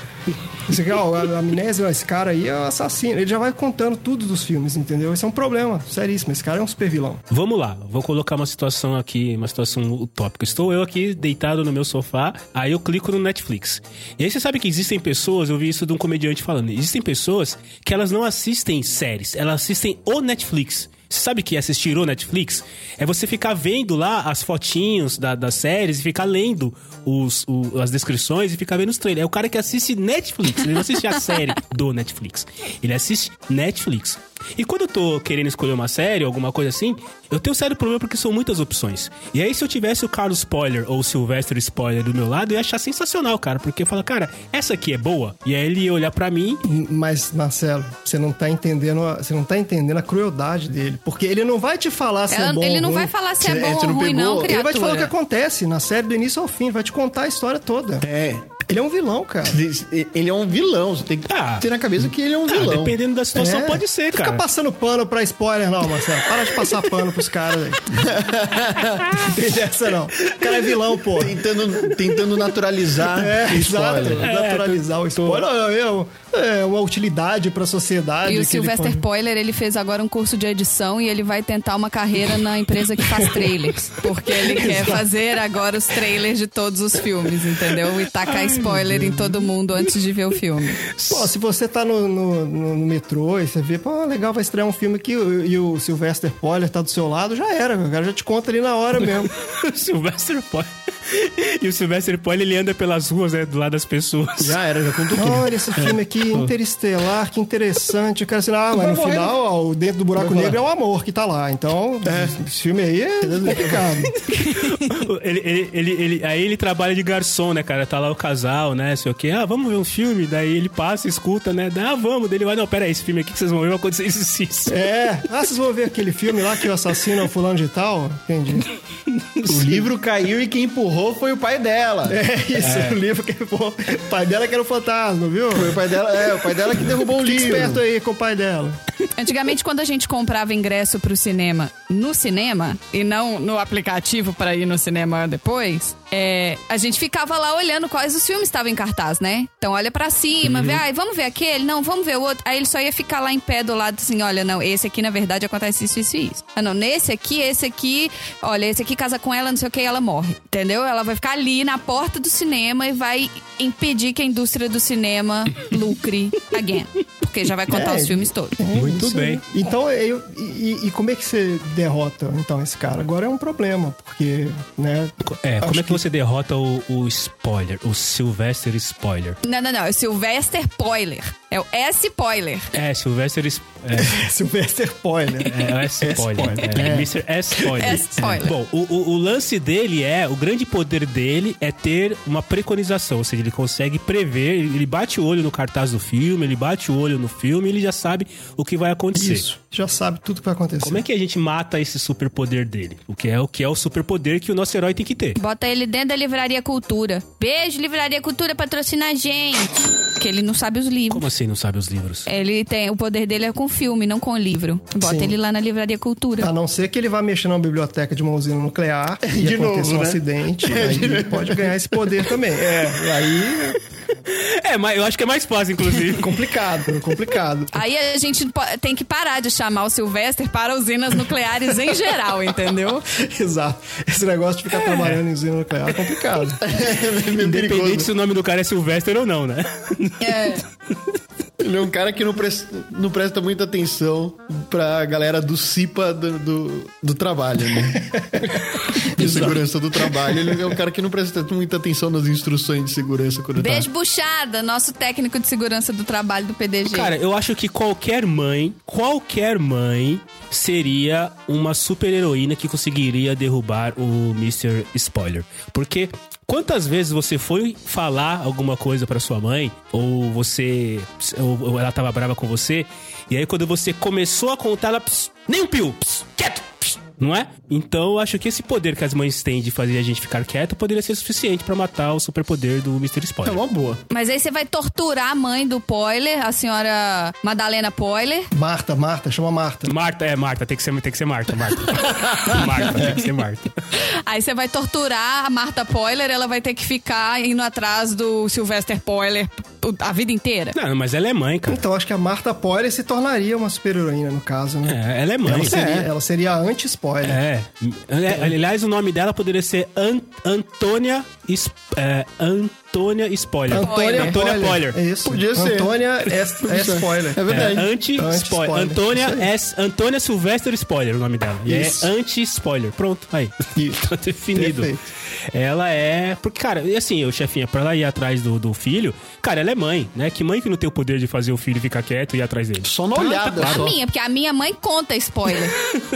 S5: Isso aqui, ó, a amnésia, ó, esse cara aí é o assassino. Ele já vai contando tudo dos filmes, entendeu? Isso é um problema, seríssimo. Esse cara é um super vilão.
S2: Vamos lá, vou colocar uma situação aqui, uma situação utópica. Estou eu aqui deitado no meu sofá, aí eu clico no Netflix. E aí você sabe que existem pessoas, eu vi isso de um comediante falando, existem pessoas que elas não assistem séries, elas assistem o Netflix. Você sabe que é assistir o Netflix? É você ficar vendo lá as fotinhos da- das séries e ficar lendo os- o- as descrições e ficar vendo os trailers. É o cara que assiste Netflix, ele não assiste a série do Netflix. Ele assiste Netflix. E quando eu tô querendo escolher uma série ou alguma coisa assim, eu tenho um sério problema porque são muitas opções. E aí, se eu tivesse o Carlos Spoiler ou o Silvestre Spoiler do meu lado, eu ia achar sensacional, cara. Porque eu falo, cara, essa aqui é boa. E aí ele ia olhar pra mim.
S5: Mas, Marcelo, você não tá entendendo a, você não tá entendendo a crueldade dele. Porque ele não vai te falar se é
S1: Ela-
S5: bom
S1: ele
S5: ou
S1: não
S5: ruim.
S1: vai falar se é
S3: Você-
S1: bom
S3: você
S1: ou
S3: não
S1: ruim, não,
S3: pegou?
S1: criatura.
S5: Ele vai te falar o que acontece na série do início ao fim, vai te contar a história toda.
S3: É.
S5: Ele é um vilão, cara.
S3: Ele é um vilão, você tem que
S2: Ah.
S3: ter na cabeça que ele é um
S2: Ah,
S3: vilão.
S2: dependendo da situação,
S5: É.
S2: pode ser,
S5: Não
S2: cara.
S5: Fica passando pano pra spoiler, não, Marcelo. Para de passar pano pros caras aí. Não tem dessa, não. O cara é vilão, pô.
S3: Tentando, tentando naturalizar
S5: É,
S3: o
S5: exato.
S3: spoiler.
S5: Naturalizar o spoiler é, um- é uma utilidade pra sociedade.
S1: E
S5: que
S1: o
S5: ele
S1: Sylvester
S5: põe.
S1: Poiler, ele fez agora um curso de edição e ele vai tentar uma carreira na empresa que faz trailers. Porque ele quer fazer agora os trailers de todos os filmes, entendeu? E tacar spoiler em todo mundo antes de ver o filme.
S5: Pô, se você tá no, no- no- no metrô e você vê, pô, legal, vai estrear um filme aqui e, e o Sylvester Poller tá do seu lado, já era, meu. O cara já te conta ali na hora mesmo.
S2: O Sylvester Poyle. E o Sylvester Poyle, ele anda pelas ruas, né? Do lado das pessoas.
S3: Já era, já contou tudo.
S5: Olha esse filme aqui, Interestelar, que interessante. O cara assim, ah, mas no final, ó, o dentro do buraco
S3: Vai
S5: negro é o amor que tá lá. Então, esse filme aí é complicado.
S2: Ele, ele, ele, ele- aí ele trabalha de garçom, né, cara? Tá lá o casal, né? Sei o quê. Ah, vamos ver um filme. Daí ele passa, escuta, né? Ah, vamos. Daí ele vai, não, pera aí, esse filme aqui que vocês vão ver vai acontecer isso, isso, isso.
S5: É. Ah, vocês vão ver aquele filme lá que o assassino é o fulano de tal? Entendi.
S3: O livro caiu e quem empurrou foi o pai dela.
S5: É isso, o livro que pô, o pai dela que era o fantasma, viu?
S3: Foi o pai dela, é, o pai dela que derrubou o
S5: Fica
S3: livro.
S5: esperto aí com o pai dela.
S1: Antigamente, quando a gente comprava ingresso pro cinema no cinema,
S7: E não no aplicativo pra ir no cinema depois.
S1: é, a gente ficava lá olhando quais os filmes estavam em cartaz, né? Então olha pra cima,
S5: Uhum.
S1: vê, ai, vamos ver aquele? Não, vamos ver o outro. Aí ele só ia ficar lá em pé do lado assim, olha, não, esse aqui na verdade acontece isso, isso e isso. Ah, não, nesse aqui, esse aqui, olha, esse aqui casa com ela, não sei o que, ela morre. Entendeu? Ela vai ficar ali na porta do cinema e vai impedir que a indústria do cinema lucre again. Porque já vai contar
S5: É,
S1: os filmes todos.
S2: Muito bem.
S5: Então, eu, e, e como é que você derrota, então, esse cara? Agora é um problema, porque, né?
S2: É,
S5: acho
S2: como é que você derrota o, o spoiler? O Sylvester Spoiler.
S1: Não, não, não. É o Sylvester Spoiler. É o S-Spoiler.
S2: É, Sylvester... Es- É,
S5: Sylvester Poller.
S2: é, é o S-Spoiler. É, Mr. S-Spoiler.
S1: S-Spoiler.
S2: Bom, o, o- o lance dele é, o grande poder dele é ter uma preconização, ou seja, ele consegue prever, ele ele bate o olho no cartaz do filme, ele bate o olho no filme, ele já sabe o que vai acontecer.
S5: Isso. Já sabe tudo que vai acontecer.
S2: Como é que a gente mata esse superpoder dele? O que é o que é o superpoder que o nosso herói tem que ter?
S1: Bota ele dentro da Livraria Cultura. Beijo, Livraria Cultura, patrocina a gente. Que ele não sabe os livros.
S2: Como assim não sabe os livros?
S1: Ele tem. O poder dele é com filme, não com livro. Bota
S5: Sim. Tá.
S1: ele lá na Livraria Cultura.
S5: A não ser que ele vá mexer numa biblioteca de uma usina nuclear e
S3: De
S5: aconteça
S3: novo,
S5: um
S3: né?
S5: acidente, aí ele pode ganhar esse poder também. É, aí
S2: É, mas eu acho que é mais fácil, inclusive.
S5: complicado, complicado.
S1: Aí a gente po- tem que parar de chamar o Sylvester para usinas nucleares em geral, entendeu?
S5: Exato. Esse negócio de ficar trabalhando em usina nuclear é complicado.
S3: É meio
S2: Independente
S3: perigoso.
S2: se o nome do cara é Sylvester ou não, né?
S3: Ele é um cara que não presta, não presta muita atenção pra galera do CIPA do, do, do trabalho, né? De segurança do trabalho. Ele é um cara que não presta muita atenção nas instruções de segurança quando
S1: Beijo,
S3: tá...
S1: Buchada, nosso técnico de segurança do trabalho do PDG.
S2: Cara, eu acho que qualquer mãe, qualquer mãe seria uma super heroína que conseguiria derrubar o Mr. Spoiler. Porque quantas vezes você foi falar alguma coisa pra sua mãe ou você ou, ou ela tava brava com você e aí quando você começou a contar ela "Pss, nem um pio, pss, quieto, pss", não é? Então eu acho que esse poder que as mães têm de fazer a gente ficar quieto poderia ser suficiente pra matar o superpoder do Mr.
S3: É
S2: Spoiler.
S3: uma boa.
S1: Mas aí você vai torturar a mãe do Poiler, a senhora Madalena Poiler.
S5: Marta, Marta, chama Marta.
S2: Marta, é, Marta, tem que ser, tem que ser Marta, Marta. Marta, tem que ser Marta.
S1: Aí você vai torturar a Marta Poiler, ela vai ter que ficar indo atrás do Sylvester Poiler a vida inteira.
S2: Não, mas ela é mãe, cara.
S5: Então, acho que a Marta Poirier se tornaria uma super-heroína, no caso, né?
S2: É, ela é mãe.
S5: Ela seria,
S2: É.
S5: ela seria a anti-spoiler.
S2: É. Ali- Aliás, o nome dela poderia ser An Antônia. Es- é, Antônia Spoiler.
S5: Antônia,
S2: Antônia Poiler.
S5: Poirier. É isso.
S3: Podia ser.
S5: Antônia é, é spoiler.
S3: É verdade.
S2: Anti-spoiler.
S5: Anti-spoiler.
S2: Antônia,
S5: Isso aí.
S2: S, Antônia Sylvester Spoiler, o nome dela. E é
S5: Isso.
S2: anti-spoiler. Pronto, aí.
S5: Isso.
S2: tá definido.
S5: Perfeito.
S2: Ela é. Porque, cara, e assim, o chefinha, pra ela ir atrás do, do filho, cara, ela é mãe, né? Que mãe que não tem o poder de fazer o filho ficar quieto e ir atrás dele?
S3: Só na olhada.
S1: A
S3: só.
S1: minha, porque a minha mãe conta spoiler.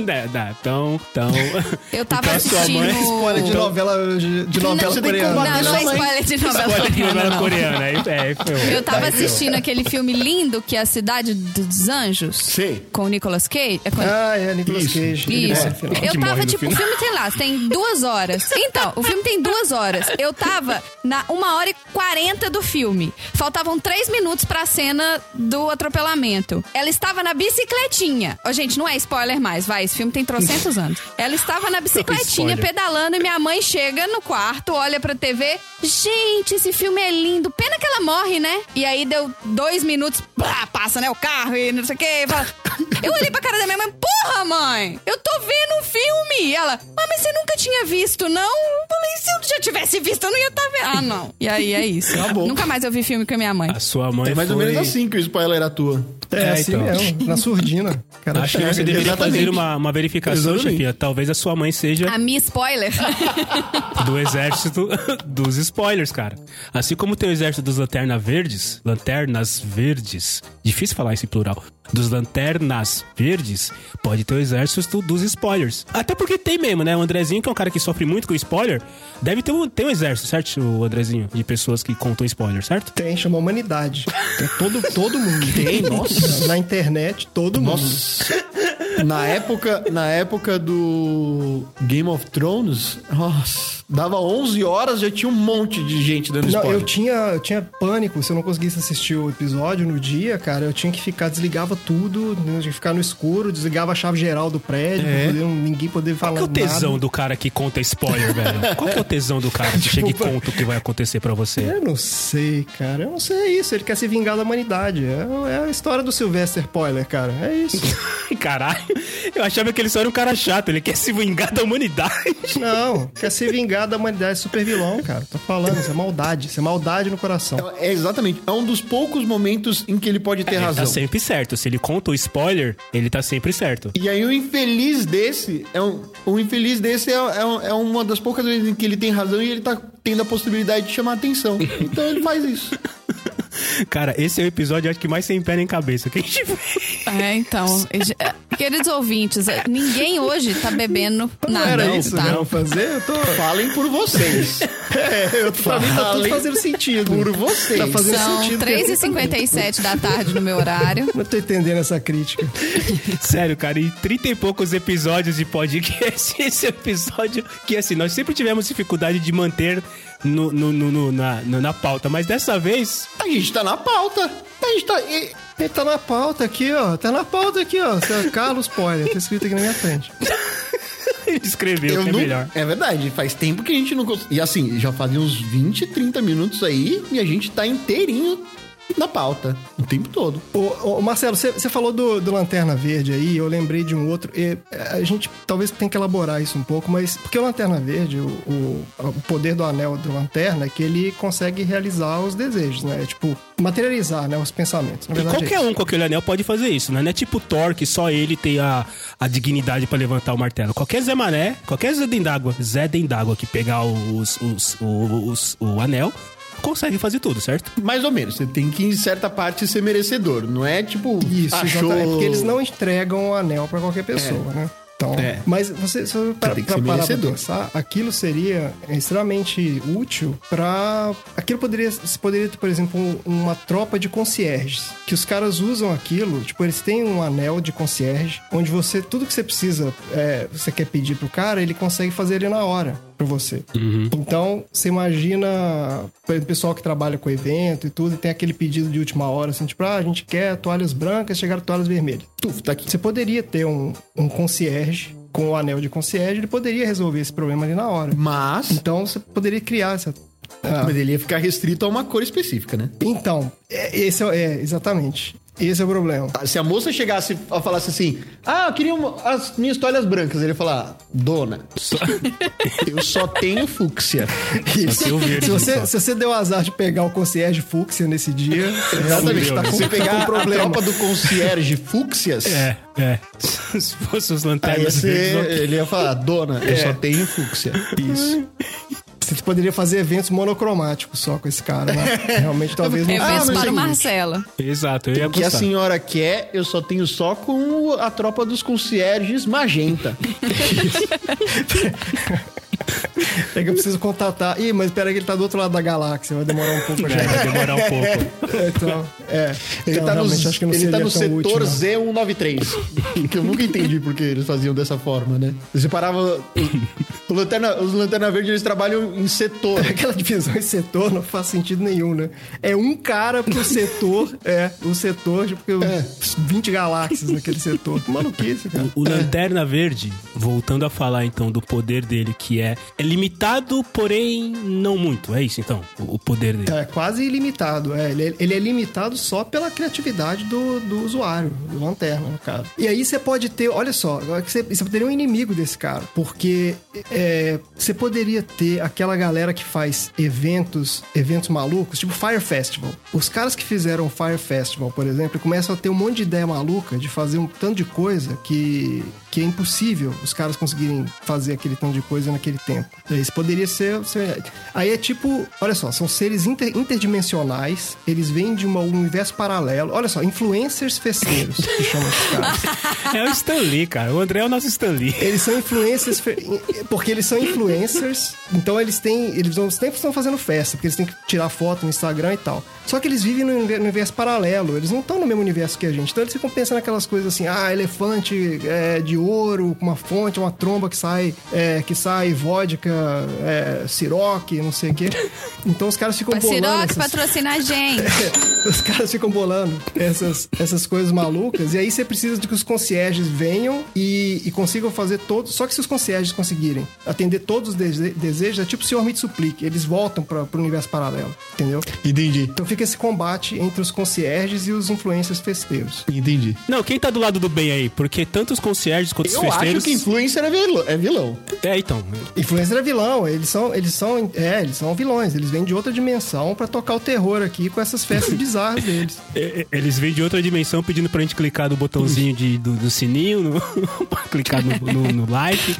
S2: Dá, dá. Então, Então, então.
S1: Eu tava
S2: Então, sua
S1: assistindo.
S2: mãe-
S5: Spoiler de novela, de, de novela
S3: você tem que
S5: coreana.
S3: combater.
S1: Não, não é
S3: Não,
S1: spoiler de novela
S2: Olha que
S1: coreana,
S2: novela
S1: não.
S2: coreana. aí- É, foi.
S1: Eu tava assistindo aquele filme lindo que é A Cidade dos Anjos.
S3: Sei.
S1: Com o Nicolas Cage. É com-
S5: Ah, é, Nicolas
S3: Isso.
S5: Cage.
S1: Isso.
S5: É, afinal.
S2: que
S1: eu
S2: morre
S1: tava,
S2: no
S1: tipo, o
S2: final.
S1: filme tem lá, tem duas horas. Então, o filme tem duas horas. Eu tava na uma hora e quarenta do filme. Faltavam três minutos pra cena do atropelamento. Ela estava na bicicletinha. Ó, gente, não é spoiler mais, vai. Esse filme tem trocentos anos. Ela estava na bicicletinha,
S2: é Spoiler.
S1: pedalando, e minha mãe chega no quarto, olha pra TV. Gente, esse filme é lindo. Pena que ela morre, né? E aí deu dois minutos, pá, passa, né? O carro e não sei o quê. e fala- Eu olhei pra cara da minha mãe, porra, mãe! Eu tô vendo um filme! E ela, ah, mas você nunca tinha visto, não? Eu falei, se eu já tivesse visto, eu não ia estar vendo. Ah, não. E aí é isso.
S5: Tá
S3: Acabou.
S1: Nunca mais eu vi filme com a minha mãe.
S2: A sua mãe
S3: É mais
S2: foi...
S3: ou menos assim que o spoiler era tua.
S5: É,
S2: É,
S5: assim
S2: então.
S5: mesmo, na surdina. Cara,
S2: Acho que você deveria
S3: né? exatamente.
S2: fazer uma, uma verificação,
S3: Exatamente.
S2: Chapinha. Talvez a sua mãe seja
S1: A minha spoiler.
S2: do exército dos spoilers, cara. Assim como tem o exército dos lanternas verdes, lanternas verdes, difícil falar esse plural, dos lanternas verdes, pode ter o exército dos spoilers. Até porque tem mesmo, né? O Andrezinho, que é um cara que sofre muito com spoiler, deve ter um, ter um exército, certo, o Andrezinho? De pessoas que contam spoiler, certo?
S5: Tem, chama humanidade. Tem todo, todo mundo. Tem, nossa. Na internet, todo mundo.
S3: Nossa. na época, na época do Game of Thrones, nossa, dava 11 horas já tinha um monte de gente dando
S5: Não,
S3: spoiler.
S5: eu tinha, eu tinha pânico, se eu não conseguisse assistir o episódio no dia, cara, eu tinha que ficar, desligava tudo, né, eu tinha que ficar no escuro, desligava a chave geral do prédio, pra poder- ninguém poder
S2: Qual
S5: falar
S2: que é o tesão
S5: nada.
S2: do cara que conta spoiler, velho? Qual que é o tesão do cara que chega e conta o que vai acontecer pra você?
S5: Eu não sei, cara. Eu não sei, é isso. Ele quer se vingar da humanidade. É, é a história do Sylvester Poiler, cara. É isso.
S2: Caralho, eu achava que ele só era um cara chato, ele quer se vingar da humanidade.
S5: Não, quer se vingar da humanidade. É super vilão, cara. Tô falando, isso é maldade. Isso é maldade no coração.
S3: É exatamente. É um dos poucos momentos em que ele pode ter
S2: Ele tá
S3: razão.
S2: sempre certo. Se ele conta o spoiler, ele tá sempre certo.
S3: E aí o infeliz desse é um, o infeliz desse é, é um- é uma das poucas vezes em que ele tem razão e ele tá tendo a possibilidade de chamar atenção. Então ele faz isso.
S2: Cara, esse é o episódio acho que mais sem pé nem cabeça. Que a gente vê.
S1: É, então. Queridos ouvintes, ninguém hoje tá bebendo nada,
S5: Era isso
S1: tá?
S5: não fazer? Eu tô.
S3: Falem por vocês.
S5: É, eu tô, pra mim tá tudo
S3: Falem
S5: fazendo sentido.
S3: por vocês.
S5: Tá fazendo
S1: São
S5: sentido.
S1: 3h57 da tarde no meu horário.
S5: Não tô entendendo essa crítica.
S2: Sério, cara, em 30 e poucos episódios de podcast, esse é episódio que, assim, nós sempre tivemos dificuldade de manter no, no- no- no- na, no- na pauta, mas dessa vez.
S3: A gente tá na pauta. A gente tá. e-
S5: Ele tá na pauta aqui, ó. Tá na pauta aqui, ó. Seu Carlos Poiler, tá escrito aqui na minha frente.
S2: Ele escreveu,
S3: Eu
S2: que é
S3: não-
S2: melhor.
S3: É verdade, faz tempo que a gente não consegue. E assim, já fazia uns 20, 30 minutos aí e a gente tá inteirinho na pauta. O tempo todo.
S5: Ô, ô, Marcelo, você você falou do, do Lanterna Verde aí, eu lembrei de um outro. e, é, a gente talvez tenha que elaborar isso um pouco, mas porque o Lanterna Verde, o, o- o poder do anel do Lanterna é que ele consegue realizar os desejos, né? É tipo, materializar né, os pensamentos. Na
S2: E
S5: verdade,
S2: qualquer
S5: é
S2: um com aquele anel pode fazer isso, né? Não é tipo Thor, que só ele tem a, a dignidade pra levantar o martelo. Qualquer Zé Mané, qualquer Zé Dendágua, Zé Dendágua que pegar os, os, os- o anel, consegue fazer tudo, certo?
S3: Mais ou menos. Você tem que, em certa parte, ser merecedor. Não é tipo.
S5: Isso,
S3: achou.
S5: exatamente. É Porque eles não entregam o anel pra
S2: É.
S5: qualquer pessoa, né? Então,
S3: É.
S5: mas você, se você pra,
S3: tem que
S5: pra
S3: ser
S5: parar pra
S3: merecedor.
S5: pensar, aquilo seria é, extremamente útil pra. aquilo poderia se poderia ter, por exemplo, um- uma tropa de concierges, que os caras usam aquilo, tipo, eles têm um anel de concierge, onde você tudo que você precisa, é, você quer pedir pro cara, ele consegue fazer ele na hora pra você. Então, você imagina por exemplo, o pessoal que trabalha com evento e tudo, e tem aquele pedido de última hora, assim, tipo, ah, a gente quer toalhas brancas, chegaram toalhas vermelhas.
S3: Tuf, tá aqui.
S5: Você poderia ter um, um concierge com o anel de concierge, ele poderia resolver esse problema ali na hora.
S3: Mas.
S5: Então você poderia criar essa. Ah,
S3: Mas ele ia ficar restrito a uma cor específica, né?
S5: Então, é- esse é, é, exatamente. Esse é o problema.
S3: Ah, Se a moça chegasse e falasse assim, ah, eu queria uma- as minhas toalhas brancas, ele ia falar, dona, eu só tenho fúcsia.
S5: Isso.
S2: tem o verde,
S5: Se você,
S2: pessoal.
S5: se você deu azar de pegar o concierge fúcsia nesse dia,
S3: Exatamente, tá com,
S5: você
S3: você pegar
S5: tá com
S3: a
S5: problema.
S3: tropa do concierge fúcsias,
S2: É, é. Se fosse os
S3: aí
S2: lanternas
S3: você,
S2: verdes,
S3: ele ia falar, dona, eu só tenho fúcsia.
S5: Isso. Você poderia fazer eventos monocromáticos só com esse cara, né? Realmente talvez não
S1: Eu
S3: Ah,
S1: penso
S3: mas
S1: para
S3: é
S1: o
S3: isso.
S1: Marcelo.
S2: Exato, eu ia
S3: O que assim- a
S2: gostar.
S3: senhora quer, eu só tenho só com a tropa dos concierges magenta.
S5: É que eu preciso contatar. Ih, mas peraí que ele tá do outro lado da galáxia, vai demorar um pouco pra
S2: É,
S5: chegar.
S2: vai demorar um pouco.
S5: Então, é.
S3: Ele
S5: Então,
S3: tá no,
S5: realmente, acho que não
S3: ele tá
S5: seria
S3: no
S5: tão útil,
S3: setor
S5: não.
S3: Z193. que eu nunca entendi porque eles faziam dessa forma, né? Você parava. o lanterna, os Lanterna Verde eles trabalham em setor.
S5: Aquela divisão em setor não faz sentido nenhum, né? É um cara pro setor, é, o setor, tipo, porque
S3: É.
S5: 20 galáxias naquele setor. Maluquice, cara.
S2: O Lanterna Verde, voltando a falar então do poder dele, que é, é limitado, porém não muito. É isso então, o, o poder dele.
S5: É quase ilimitado, é. Ele, ele é limitado só pela criatividade do, do usuário, do lanterna, no caso. E aí você pode ter, olha só, agora que você, você poderia um inimigo desse cara, porque é, você poderia ter aquela galera que faz eventos, eventos malucos, tipo Fire Festival. Os caras que fizeram o Fire Festival, por exemplo, começam a ter um monte de ideia maluca de fazer um tanto de coisa que, que é impossível os caras conseguirem fazer aquele tanto de coisa naquele tempo. Isso poderia ser. ser- Aí é tipo, olha só, são seres inter- interdimensionais, eles vêm de uma- um universo paralelo. Olha só, influencers festeiros, que chamam esses caras.
S2: É o Stan Lee, cara. O André é o nosso Stan Lee.
S5: Eles são influencers, fe- porque eles são influencers, então eles têm. Eles não- sempre estão fazendo festa, porque eles têm que tirar foto no Instagram e tal. Só que eles vivem no univer- no universo paralelo, eles não estão no mesmo universo que a gente. Então eles ficam pensando naquelas coisas assim, ah, elefante é, de ouro, com uma fonte, uma tromba que sai, é, que sai vodka, é, siroque, não sei o quê. Então os caras ficam bolando.
S1: Ciroc,
S5: essas-
S1: patrocina a gente.
S5: os caras ficam bolando essas, essas coisas malucas. E aí você precisa de que os concierges venham e, e consigam fazer todos. Só que se os concierges conseguirem atender todos os dese- desejos, é tipo o senhor me suplique. Eles voltam para o universo paralelo, entendeu?
S3: Entendi,
S5: Então fica esse combate entre os concierges e os influencers festeiros.
S3: entendi.
S2: Não, quem tá do lado do bem aí? Porque tanto os concierges quanto
S3: Eu
S2: os festeiros...
S3: acho que influencer é vilão. É vilão.
S2: É, então.
S5: Influencer é vilão, eles são, eles são, é, eles são vilões, eles vêm de outra dimensão para tocar o terror aqui com essas festas bizarras deles.
S2: é, é, Eles vêm de outra dimensão pedindo pra gente clicar no botãozinho de, do, do sininho, no- pra clicar no, no- no like,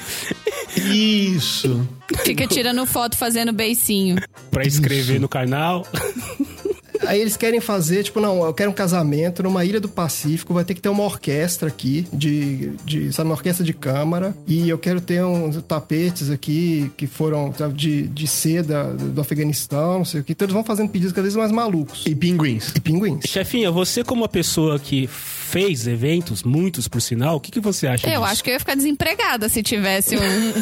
S3: Isso.
S1: Fica tirando foto, fazendo beicinho.
S2: pra inscrever no canal.
S5: Aí eles querem fazer, tipo, não, eu quero um casamento numa ilha do Pacífico, vai ter que ter uma orquestra aqui, de, de sabe, uma orquestra de câmara, e eu quero ter uns tapetes aqui que foram sabe, de, de seda do Afeganistão, não sei o que. Então eles vão fazendo pedidos cada vez mais malucos.
S3: E pinguins.
S5: E pinguins.
S2: Chefinha, você como uma pessoa que fez eventos, muitos por sinal, o que, que você acha
S1: Eu
S2: disso?
S1: acho que eu ia ficar desempregada se tivesse um.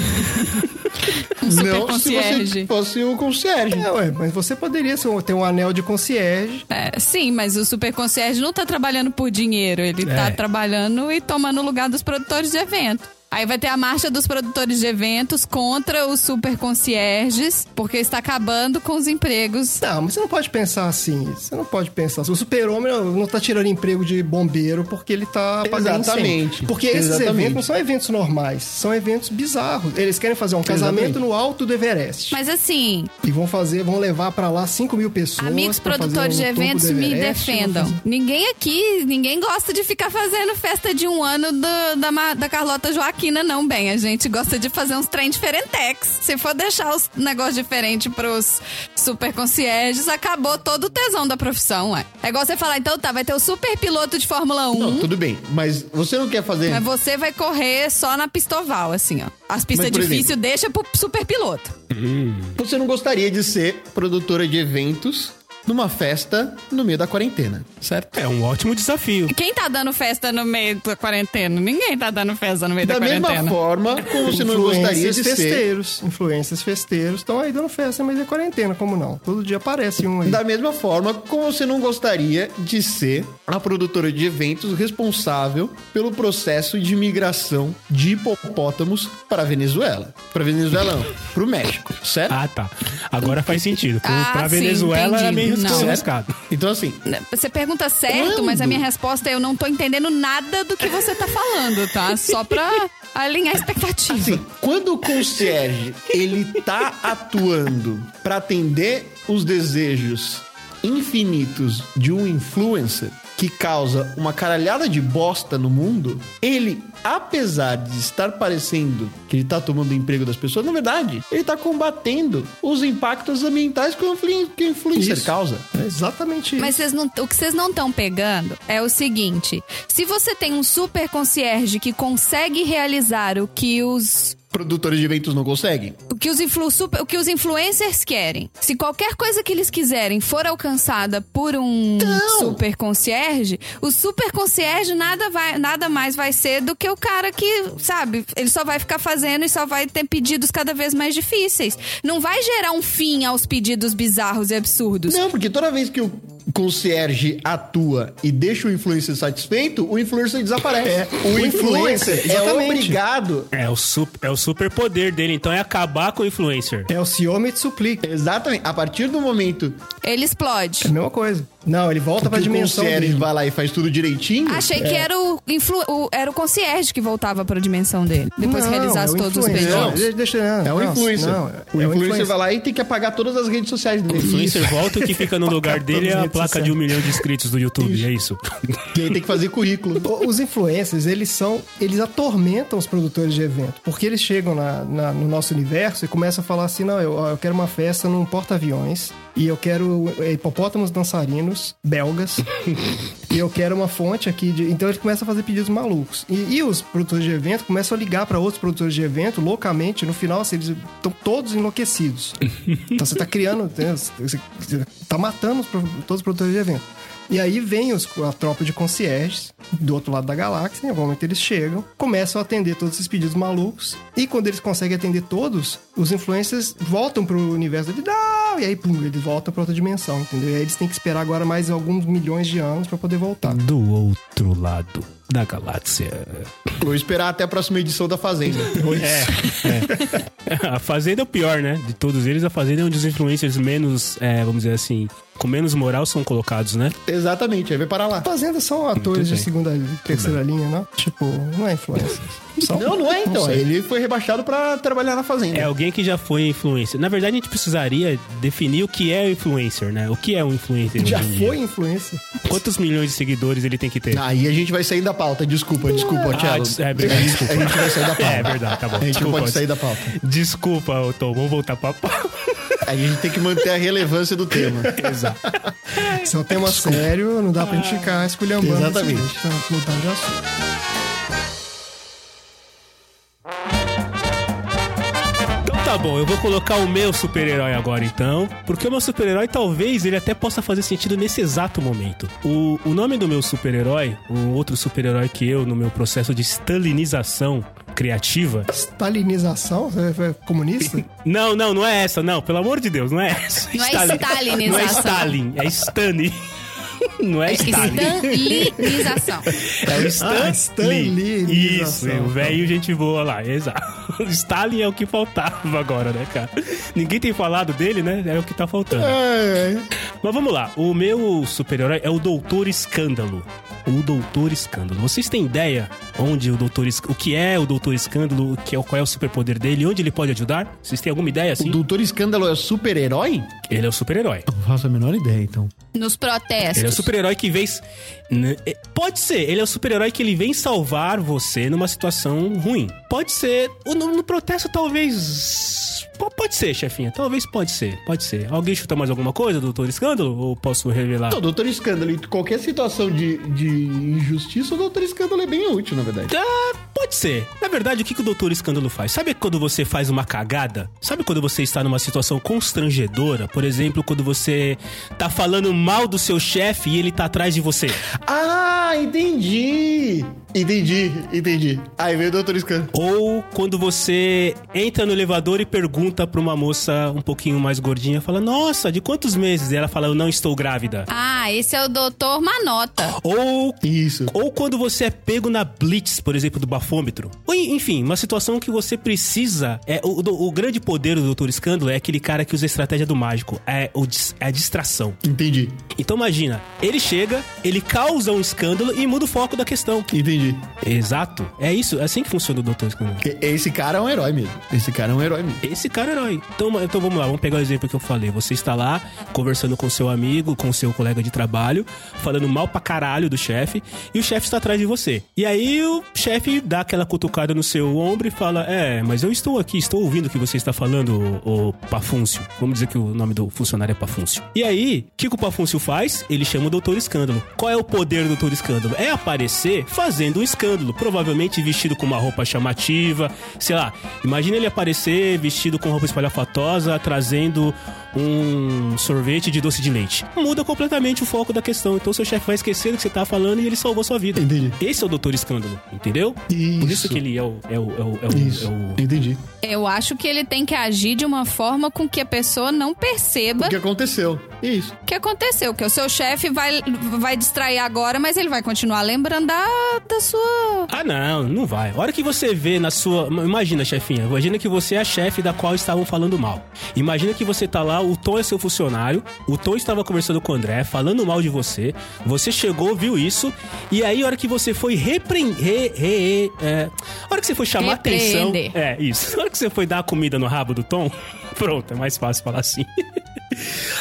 S1: um super
S3: Não se
S1: concierge.
S3: você fosse o concierge. Hum.
S5: É, ué, mas você poderia ser um- ter um anel de concierge.
S1: É, sim, mas o super concierge não tá trabalhando por dinheiro, ele tá trabalhando e tomando o lugar dos produtores de evento. Aí vai ter a marcha dos produtores de eventos contra os super concierges, porque está acabando com os empregos.
S5: Não, Tá, mas você não pode pensar assim. Você não pode pensar assim. O super-homem não tá tirando emprego de bombeiro porque ele tá apagando
S3: Exatamente.
S5: incêndio. Porque esses
S3: Exatamente.
S5: eventos não são eventos normais, são eventos bizarros. Eles querem fazer um casamento
S3: Exatamente.
S5: no alto do Everest.
S1: Mas assim,
S5: E vão fazer, vão levar pra lá 5 mil pessoas.
S1: amigos
S5: pra fazer
S1: produtores
S5: um
S1: de
S5: topo
S1: eventos,
S5: do
S1: me
S5: Everest,
S1: defendam.
S5: vão fazer-
S1: Ninguém aqui, ninguém gosta de ficar fazendo festa de um ano do- da, Ma- da Carlota Joaquina, não, bem. A gente gosta de fazer uns trem diferentex. Se for deixar os negócios diferentes pros super concierges, acabou todo o tesão da profissão, ué. É igual você falar, então tá, vai ter o super piloto de Fórmula 1.
S3: Não, tudo bem. Mas você não quer fazer.
S1: Mas você vai correr só na pistoval, assim, ó. As pistas
S3: Mas, por
S1: difíceis deixa pro super piloto.
S3: Você não gostaria de ser produtora de eventos numa festa no meio da quarentena, certo?
S2: É um ótimo desafio.
S1: Quem tá dando festa no meio da quarentena? Ninguém tá dando festa no meio da,
S3: Da
S1: quarentena.
S3: mesma forma como você não
S5: Influencers
S3: gostaria de ser.
S5: festeiros. Influências festeiros estão aí dando festa, mas é quarentena, como não? Todo dia aparece um aí.
S3: Da mesma forma como você não gostaria de ser a produtora de eventos responsável pelo processo de migração de hipopótamos para a Venezuela. Para a Venezuela não, para o México, certo?
S2: Ah, tá. Agora faz sentido. Pro,
S1: Ah,
S2: pra
S1: sim,
S2: Venezuela é
S1: entendi.
S2: meio
S1: Não.
S2: arriscado.
S3: Então assim,
S1: Você pergunta certo,
S3: Quando?
S1: mas a minha resposta é eu não tô entendendo nada do que você tá falando, tá? Só pra alinhar a expectativa.
S3: Assim, quando o concierge ele tá atuando pra atender os desejos infinitos de um influencer que causa uma caralhada de bosta no mundo, ele, apesar de estar parecendo que ele tá tomando o emprego das pessoas, na verdade, ele tá combatendo os impactos ambientais que o influ- que o influencer
S5: Isso.
S3: causa.
S5: É exatamente isso.
S1: Mas vocês não- o que vocês não estão pegando é o seguinte: se você tem um super concierge que consegue realizar o que os
S3: Produtores de eventos não conseguem.
S1: o que os, influ- super- o que os influencers querem. Se qualquer coisa que eles quiserem for alcançada por um
S5: Então!
S1: super concierge, o super concierge nada, vai, nada mais vai ser do que o cara que, sabe, ele só vai ficar fazendo e só vai ter pedidos cada vez mais difíceis. Não vai gerar um fim aos pedidos bizarros e absurdos.
S3: Não, porque toda vez que o concierge atua e deixa o influencer satisfeito, o influencer desaparece. o influencer é
S5: É, exatamente.
S3: obrigado.
S2: É o, super, é o superpoder dele, então é acabar com o influencer.
S5: É o ciúme te suplica.
S3: Exatamente. A partir do momento
S1: Ele
S5: É a
S1: explode.
S5: mesma coisa. Não, ele volta pra
S3: que o
S5: dimensão
S3: concierge
S5: dele.
S3: vai lá e faz tudo direitinho,
S1: Achei
S5: É.
S1: que era o, influ- o- era o concierge que voltava pra dimensão dele. Depois
S5: Não,
S1: que
S5: é
S1: realizasse
S5: o
S1: todos os
S5: influencer.
S1: pedidos.
S5: Não, deixa, deixa, não,
S3: é o
S5: não,
S3: influencer.
S5: não, é
S3: o, influencer
S5: influencer.
S3: vai lá e tem que apagar todas as redes sociais
S2: O
S3: dele.
S2: influencer volta e o que fica no lugar dele é a
S5: Totalmente
S2: placa de um milhão de inscritos do YouTube, é isso.
S3: E aí tem que fazer currículo.
S5: O- Os influencers, eles são. Eles atormentam os produtores de evento. Porque eles chegam na, na- no nosso universo e começam a falar assim: não, eu, ó, eu quero uma festa num porta-aviões. E eu quero é, hipopótamos dançarinos belgas. e eu quero uma fonte aqui de. Então eles começam a fazer pedidos malucos. E, e os produtores de evento começam a ligar para outros produtores de evento loucamente. No final, assim, eles estão todos enlouquecidos. Então você tá criando, né, você você tá matando os pro- todos os produtores de evento. E aí vem os- a tropa de concierges do outro lado da galáxia, em algum momento eles chegam, começam a atender todos esses pedidos malucos, e quando eles conseguem atender todos, os influencers voltam pro universo da vida, e aí pum, eles voltam pra outra dimensão, entendeu? E aí eles têm que esperar agora mais alguns milhões de anos pra poder voltar.
S2: Do outro lado da galáxia.
S3: Vou esperar até a próxima edição da Fazenda.
S5: É.
S2: A Fazenda é o pior, né? De todos eles, a Fazenda é onde os influencers menos, é, vamos dizer assim, com menos moral são colocados, né?
S3: Exatamente, aí vai parar lá.
S5: Fazenda são atores de
S2: bem.
S5: segunda e terceira linha, não? Tipo, não é influencer. São-
S3: Não, não é então.
S5: sei.
S3: Ele foi rebaixado pra trabalhar na Fazenda.
S2: É alguém que já foi influencer. Na verdade, a gente precisaria definir o que é influencer, né? O que é um influencer?
S5: Já
S2: hoje em dia?
S5: foi influencer.
S2: Quantos milhões de seguidores ele tem que ter?
S3: Aí a gente vai sair da pauta. Desculpa, desculpa,
S5: Ah,
S3: Thiago.
S2: des- é, obrigado,
S3: A gente-
S2: desculpa.
S3: A gente vai sair da pauta.
S2: É verdade, tá bom.
S3: A gente não
S2: Desculpa,
S3: pode sair da pauta.
S2: Desculpa, Tom, vamos voltar pra pauta.
S3: Aí a gente tem que manter a relevância do tema. Exato.
S5: Se é um tema sério, não dá pra gente ficar esculhambando.
S3: Exatamente.
S5: assim, Tá mudando de assunto.
S2: Então tá bom, eu vou colocar o meu super-herói agora então, porque o meu super-herói talvez ele até possa fazer sentido nesse exato momento. O, o nome do meu super-herói, um outro super-herói que eu, no meu processo de stalinização criativa.
S5: Stalinização? Você é comunista?
S2: Não, não, não é essa, não, pelo amor de Deus, não é essa.
S1: Não é stalinização.
S2: Não é Stalin, é Stan. Não é Stalin.
S1: Estanlinização.
S2: É o Stan,
S5: Ah,
S2: Lee. Isso,
S5: Stanlinização.
S2: o velho gente boa lá, exato. O Stalin é o que faltava agora, né, cara? Ninguém tem falado dele, né? É o que tá faltando. Mas vamos lá, o meu super-herói é o Doutor Escândalo. O Doutor Escândalo. Vocês têm ideia onde o Doutor Esc- o que é o Doutor Escândalo, o que é, qual é o superpoder dele, onde ele pode ajudar? Vocês têm alguma ideia assim?
S3: O Doutor Escândalo é super-herói?
S2: Ele é o super-herói.
S3: Não faço a menor ideia, então.
S1: Nos
S2: Ele é o
S1: protestos.
S2: super-herói que vem. N- é, Pode ser, ele é o super-herói que ele vem salvar você numa situação ruim. Pode ser. ou No, no protesto, talvez. P- Pode ser, chefinha. Talvez pode ser. Pode ser. Alguém chuta mais alguma coisa, doutor Escândalo? Ou posso revelar?
S3: Então, o Doutor Escândalo, em qualquer situação de, de injustiça, o Doutor Escândalo é bem útil, na verdade.
S2: Ah, pode ser. Na verdade, o que, que o doutor escândalo faz? Sabe quando você faz uma cagada? Sabe quando você está numa situação constrangedora? Por exemplo, quando você tá falando mal do seu chefe e ele tá atrás de você.
S3: Ah, entendi! Entendi, entendi. Aí veio o Doutor Escândalo.
S2: Ou quando você entra no elevador e pergunta pra uma moça um pouquinho mais gordinha, fala, nossa, de quantos meses? E ela fala, eu não estou grávida.
S1: Ah, esse é o doutor Manota.
S2: Ou
S3: Isso.
S2: Ou quando você é pego na blitz, por exemplo, do bafômetro. Ou, en- enfim, uma situação que você precisa. É, o, o- o grande poder do Doutor Escândalo é aquele cara que usa a estratégia do mágico. É, o dis- é a distração.
S3: Entendi,
S2: Então imagina, ele chega, ele causa um escândalo e muda o foco da questão.
S3: entendi.
S2: Exato. É isso, é assim que funciona o Doutor Estranho.
S3: E- Esse cara é um herói mesmo. Esse cara é um herói mesmo.
S2: Esse cara é herói. Então, então vamos lá, vamos pegar o exemplo que eu falei. Você está lá conversando com seu amigo, com seu colega de trabalho, falando mal pra caralho do chefe, e o chefe está atrás de você. E aí o chefe dá aquela cutucada no seu ombro e fala: É, mas eu estou aqui, estou ouvindo o que você está falando, ô, ô Pafúncio. Vamos dizer que o nome do funcionário é Pafúncio. E aí, o que que o Pafúncio faz? Ele chama o Doutor Escândalo. Qual é o poder do Doutor Escândalo? É aparecer fazendo um escândalo, provavelmente vestido com uma roupa chamativa, sei lá. Imagina ele aparecer vestido com roupa espalhafatosa, trazendo um sorvete de doce de leite. Muda completamente o foco da questão. Então seu chefe vai esquecer do que você tá falando e ele salvou sua vida.
S3: Entendi.
S2: Esse é o Doutor Escândalo, entendeu? Por isso que ele é o. É o, é o, é o-
S3: Isso.
S2: é o-
S3: Entendi.
S1: Eu acho que ele tem que agir de uma forma com que a pessoa não perceba
S3: O que aconteceu? Isso.
S1: o que aconteceu. Que o seu chefe vai, vai distrair agora, mas ele vai continuar lembrando da, da sua.
S2: Ah, não, não vai. A hora que você vê na sua. Imagina, chefinha. Imagina que você é a chefe da qual estavam falando mal. Imagina que você tá lá, o Tom é seu funcionário, o Tom estava conversando com o André, falando mal de você. Você chegou, viu isso, e aí a hora que você foi repreender. Re, é, a hora que você foi chamar atenção.
S1: Repreender.
S2: É, isso. A hora que você foi dar a comida no rabo do Tom. Pronto, é mais fácil falar assim.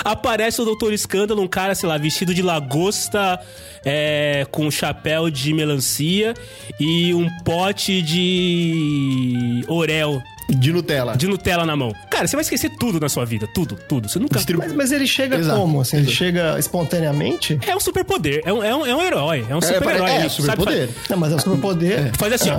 S2: Aparece o Doutor Escândalo, um cara, sei lá, vestido de lagosta, é, com um chapéu de melancia e um pote de Orel,
S3: De Nutella.
S2: de Nutella na mão. Cara, você vai esquecer tudo na sua vida, tudo, tudo. Você nunca...
S3: Distribu-
S5: Mas, mas ele chega
S3: Exato.
S5: como? Assim, ele
S3: Exato.
S5: chega espontaneamente?
S2: É um superpoder, é um, é, um, é um herói, é um super-herói.
S3: é,
S2: ele
S3: é, superpoder.
S2: sabe
S5: Não, mas é um superpoder.
S2: fa- Faz assim, ó.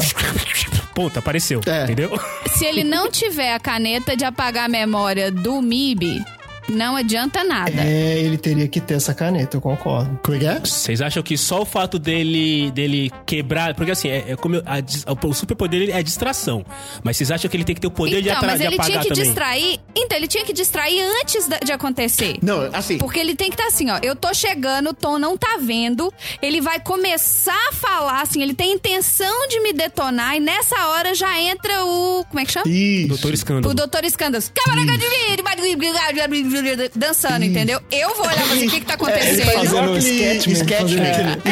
S2: Ponta, apareceu,
S3: É.
S2: entendeu?
S1: Se ele não tiver a caneta de apagar a memória do MIB, não adianta nada.
S5: É, ele teria que ter essa caneta, eu concordo.
S3: Como é que é?
S2: Vocês acham que só o fato dele, dele quebrar. Porque assim, é, é como eu- a dis- o superpoder dele é a distração. Mas vocês acham que ele tem que ter o poder de,
S1: Então,
S2: atra-
S1: mas
S2: de
S1: ele tinha
S2: apagar
S1: que
S2: também?
S1: distrair. Então, ele tinha que distrair antes da- de acontecer.
S3: Não, assim.
S1: Porque ele tem que estar assim, ó. Eu tô chegando, o Tom não tá vendo. Ele vai começar a falar, assim, ele tem intenção de me detonar. E nessa hora já entra o. Como é que chama?
S3: Isso.
S2: Doutor Escândalo.
S1: O Doutor Escândalo. Câmara de Dançando, entendeu? Eu vou olhar pra você, o que que tá
S3: Ele tá
S1: acontecendo?
S5: fazendo
S3: igual aquele
S5: sketch, mesmo,
S3: sketch,
S5: fazendo
S3: né?
S5: aquele-
S1: É.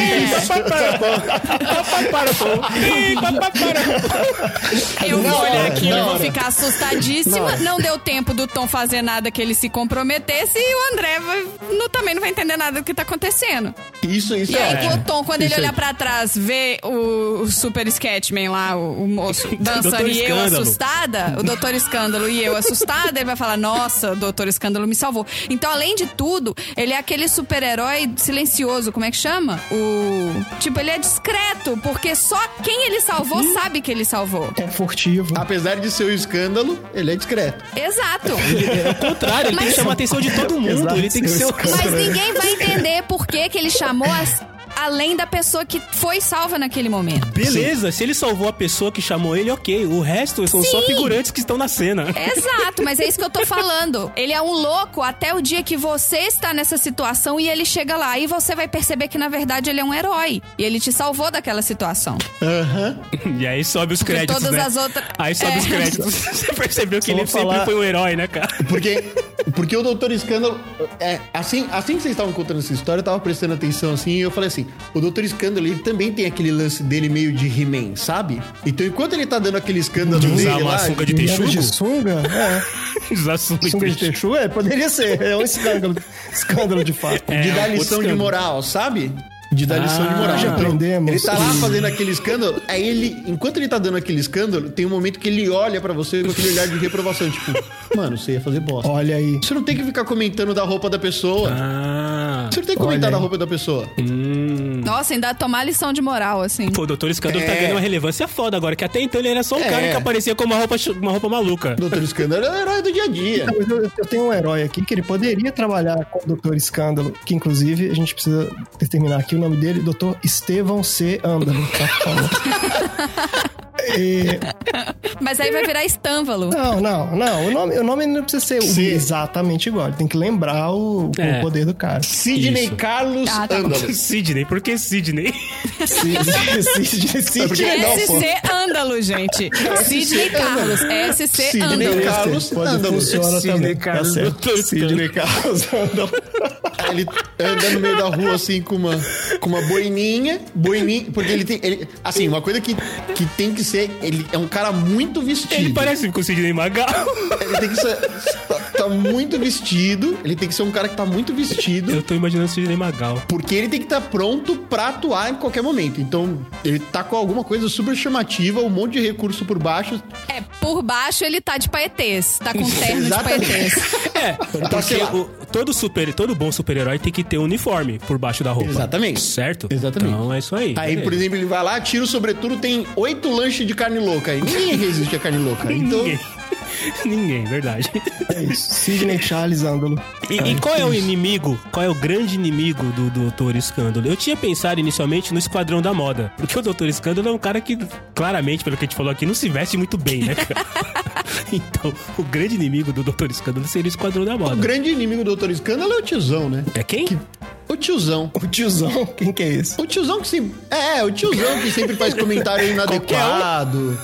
S1: Eu vou olhar aquilo,
S3: na
S1: eu vou
S3: hora.
S1: ficar assustadíssima. Não deu tempo do Tom fazer nada que ele se comprometesse e o André vai- não- também não vai entender nada do que tá acontecendo.
S3: Isso, isso
S1: E
S3: é.
S1: aí, o Tom, quando ele
S3: Isso
S1: olhar
S3: aí.
S1: pra trás, vê o, o Super Sketchman lá, o, o moço dançando
S2: Doutor
S1: e eu
S2: Escândalo.
S1: assustada, o Doutor Escândalo e eu assustada, ele vai falar: Nossa, o Doutor Escândalo me salvou. Então, além de tudo, ele é aquele super-herói silencioso, como é que chama? O. Tipo, ele é discreto, porque só quem ele salvou sabe que ele salvou.
S5: É furtivo.
S3: Apesar de ser um escândalo, ele é discreto.
S1: Exato.
S2: É o contrário, ele tem que chamar a atenção de todo mundo.
S5: Exato,
S2: ele tem que ser o.
S5: escândalo.
S1: Mas ninguém vai entender por que, que ele chamou as- além da pessoa que foi salva naquele momento.
S2: Beleza, se ele salvou a pessoa que chamou ele, ok. O resto são só figurantes que estão na cena.
S1: Exato, mas é isso que eu tô falando. Ele é um louco até o dia que você está nessa situação e ele chega lá. E você vai perceber que, na verdade, ele é um herói. E ele te salvou daquela situação.
S3: Aham.
S2: E aí sobe os
S1: Porque
S2: créditos.
S1: todas
S2: né?
S1: as outras-
S2: Aí sobe
S1: É.
S2: os créditos. Você percebeu que
S5: Só
S2: ele
S5: vou falar-
S2: sempre foi um herói, né, cara?
S3: Porque, porque o Doutor Escândalo. É, assim, assim que vocês estavam contando essa história, eu tava prestando atenção assim, e eu falei assim: o Doutor Escândalo, ele também tem aquele lance dele meio de He-Man, sabe? Então, enquanto ele tá dando aquele escândalo
S2: De usar
S3: dele
S2: uma
S3: lá,
S2: sunga de
S3: de-
S5: Era
S2: texugo?
S5: de sunga? É.
S2: Os assuntos.
S5: Sunga de texugo? É, poderia ser. É um escândalo. Escândalo de fato.
S3: de
S2: É,
S3: dar
S2: um
S3: lição de
S2: escândalo.
S3: moral, sabe? De dar lição de moral.
S5: Ah, já aprendemos.
S3: Ele tá lá fazendo aquele escândalo, aí ele, enquanto ele tá dando aquele escândalo, tem um momento que ele olha pra você com aquele olhar de reprovação, tipo, mano, você ia fazer bosta.
S5: Olha aí.
S3: Você não tem que ficar comentando da roupa da pessoa.
S2: Ah.
S3: Você não tem que comentar
S5: Olha
S3: da
S5: aí. Hum.
S3: roupa da pessoa.
S1: Nossa, ainda tomar lição de moral, assim.
S2: Pô, o Doutor Escândalo tá
S3: É.
S2: ganhando uma relevância foda agora, que até então ele era só um
S3: É.
S2: cara que aparecia com uma roupa, chu- uma roupa maluca.
S3: Doutor Escândalo é o herói do dia a dia.
S5: Mas Eu, eu tenho um herói aqui que ele poderia trabalhar com o Dr. Escândalo, que inclusive a gente precisa determinar aqui o nome dele, Dr. Estevão C. Andalo, tá? Por favor. E-
S1: Mas aí vai virar estâmbalo.
S5: não, não, não. O nome, o nome não precisa ser o-
S3: Sim.
S5: exatamente igual. Ele tem que lembrar o, o
S2: É.
S5: poder do cara.
S3: Sidney
S2: Isso.
S3: Carlos
S1: Ah, tá bom.
S3: Andalo.
S2: Sidney, por que Sidney?
S3: Sidney
S7: SC Ândalo, gente.
S1: Sidney Carlos. SC Andal.
S3: Carlos
S5: Pode
S3: Andalo.
S5: funciona também. Tá certo.
S2: Doutor Escândalo.
S3: Sidney Carlos Andalo. Aí ele anda no meio da rua, assim, com uma, com uma boininha. Boininha. Porque ele tem. ele- assim, uma coisa que, que tem que ser. Ele é um cara muito vestido.
S2: Ele parece com o Sidney Magal.
S3: Ele tem que ser. Tá, tá muito vestido. Ele tem que ser um cara que tá muito vestido.
S2: Eu tô imaginando o Sidney Magal.
S3: Porque ele tem que estar pronto pra atuar em qualquer momento. Então, ele tá com alguma coisa super chamativa, um monte de recurso por baixo.
S1: É, por baixo ele tá de paetês. Tá com terno de
S3: Exatamente.
S1: paetês.
S2: É,
S3: sei
S2: porque
S3: lá.
S2: o- todo, super, todo bom super-herói tem que ter um uniforme por baixo da roupa.
S3: Exatamente.
S2: Certo?
S3: Exatamente.
S2: Então é isso aí.
S3: Aí, por
S2: Beleza.
S3: exemplo, ele vai lá, tira o sobretudo, tem oito lanches de carne louca. Aí ninguém resiste a carne louca. Então,
S2: Ninguém. Ninguém, verdade.
S5: É isso. Sidney Charles Ândalo.
S2: E, e qual é o inimigo? Qual é o grande inimigo do Doutor Escândalo? Eu tinha pensado inicialmente no Esquadrão da Moda. Porque o Doutor Escândalo é um cara que, claramente, pelo que a gente falou aqui, não se veste muito bem, né, cara? então, o grande inimigo do Doutor Escândalo seria o Esquadrão da
S3: o
S2: Moda.
S3: grande inimigo do Doutor Escândalo é o tiozão, né?
S2: É quem?
S3: O tiozão.
S5: O tiozão, quem que é esse?
S3: O tiozão que sempre. É, é, o tiozão que sempre faz comentário inadequado.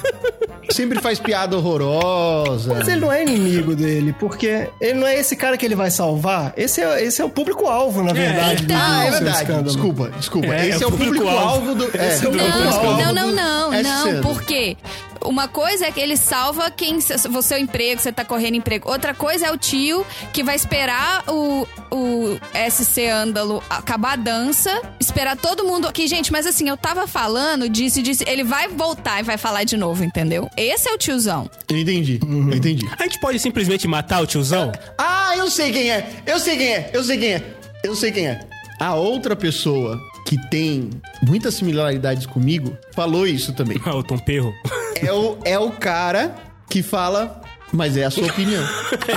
S3: sempre faz piada horrorosa.
S5: Mas ele não é inimigo dele, porque ele não é esse cara que ele vai salvar. Esse é, esse é o público-alvo, na verdade. do- do
S3: Ah, é
S5: seu
S3: verdade.
S5: escândalo.
S3: Desculpa, desculpa.
S2: É,
S3: Esse é,
S2: é
S3: o
S2: o
S3: público-alvo do. É,
S5: Esse é o
S1: Não,
S5: público-alvo
S1: não, não, não,
S2: É
S3: Essa
S1: não.
S3: cena.
S1: Porque uma coisa é que ele salva quem você é o emprego, você tá correndo emprego. Outra coisa é o tio que vai esperar o, o SC Ândalo acabar a dança, esperar todo mundo aqui, gente, mas assim, eu tava falando, disse, disse, ele vai voltar e vai falar de novo, entendeu? Esse é o tiozão.
S3: Eu entendi, eu entendi.
S2: A gente pode simplesmente matar o tiozão?
S3: Uhum. Ah, eu sei quem é! Eu sei quem é! Eu sei quem é! Eu sei quem é! A outra pessoa que tem muitas similaridades comigo falou isso também.
S2: Ah, o Tom Perro.
S3: É o, é o cara que fala, mas é a é sua opinião.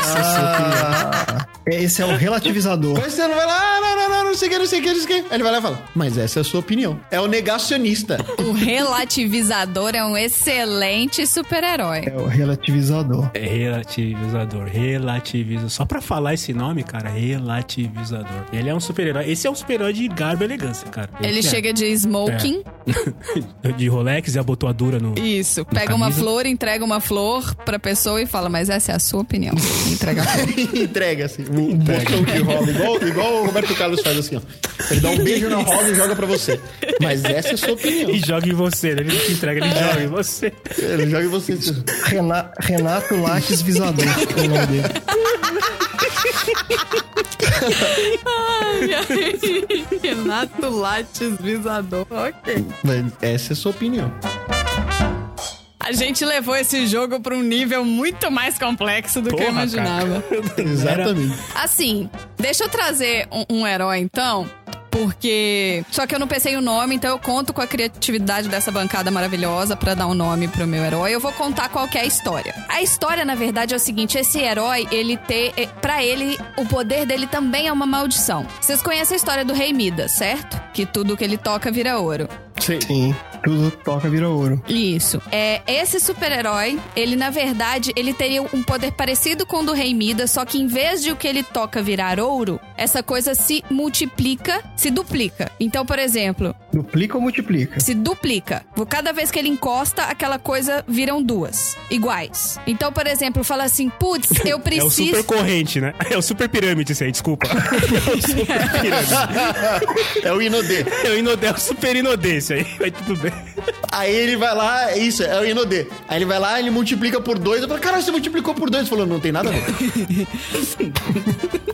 S5: Ah, esse é o relativizador.
S3: Mas você não vai lá, ah, não, não, não, não sei o que, não sei o que, não sei o que. Aí ele vai lá e fala, mas essa é a sua opinião. É o negacionista.
S1: O Um relativizador é um excelente super-herói.
S5: É o relativizador.
S2: É relativizador, relativizador. Só pra falar esse nome, cara, relativizador. Ele é um super-herói. Esse é um super-herói de garbo e elegância, cara.
S1: Ele
S2: Esse é.
S1: chega de smoking,
S2: de Rolex e abotoadura no.
S7: Isso.
S1: pega uma
S2: camisa.
S1: flor, entrega uma flor pra pessoa e fala, mas essa é a sua opinião. E Entrega a flor.
S3: Entrega, assim, um botão que rola, igual, igual o Roberto Carlos faz assim, ó. Ele dá um beijo na roda e joga pra você. Mas essa é a sua opinião.
S2: E joga em você, né? Ele não te entrega, ele joga em você.
S3: Ele joga em você. assim,
S5: Rena- Renato Lattes Visador é o nome dele.
S7: Renato Lattes Visador. Ok.
S3: Mas essa é a sua opinião.
S7: A gente levou esse jogo pra um nível muito mais complexo do que eu
S2: Porra,
S7: imaginava.
S3: Exatamente.
S1: Assim, deixa eu trazer um, um herói então, porque. Só que eu não pensei o nome, então eu conto com a criatividade dessa bancada maravilhosa pra dar um nome pro meu herói. Eu vou contar qual que é a história. A história, na verdade, é o seguinte: esse herói, ele ter. eh, Pra ele, o poder dele também é uma maldição. Vocês conhecem a história do Rei Midas, certo? Que tudo que ele toca vira ouro.
S5: Sim, tudo toca vira ouro.
S1: Isso. É, esse super-herói, ele na verdade, ele teria um poder parecido com o do Rei Midas, só que em vez de o que ele toca virar ouro, essa coisa se multiplica, se duplica. Então, por exemplo,
S5: Duplica ou multiplica?
S1: se duplica. Cada vez que ele encosta, aquela coisa viram duas, iguais. Então, por exemplo, fala assim, putz, eu
S2: É o
S1: preciso...
S2: super corrente, né? É o super pirâmide isso aí, desculpa. É o super pirâmide.
S3: É o Inodê.
S2: É o, inode... é o super inodê isso aí, mas tudo bem.
S3: Aí ele vai lá, é isso, é o Inodê. Aí ele vai lá, ele multiplica por dois. Eu falo, caralho, você multiplicou por dois. Ele falou, não tem nada a ver.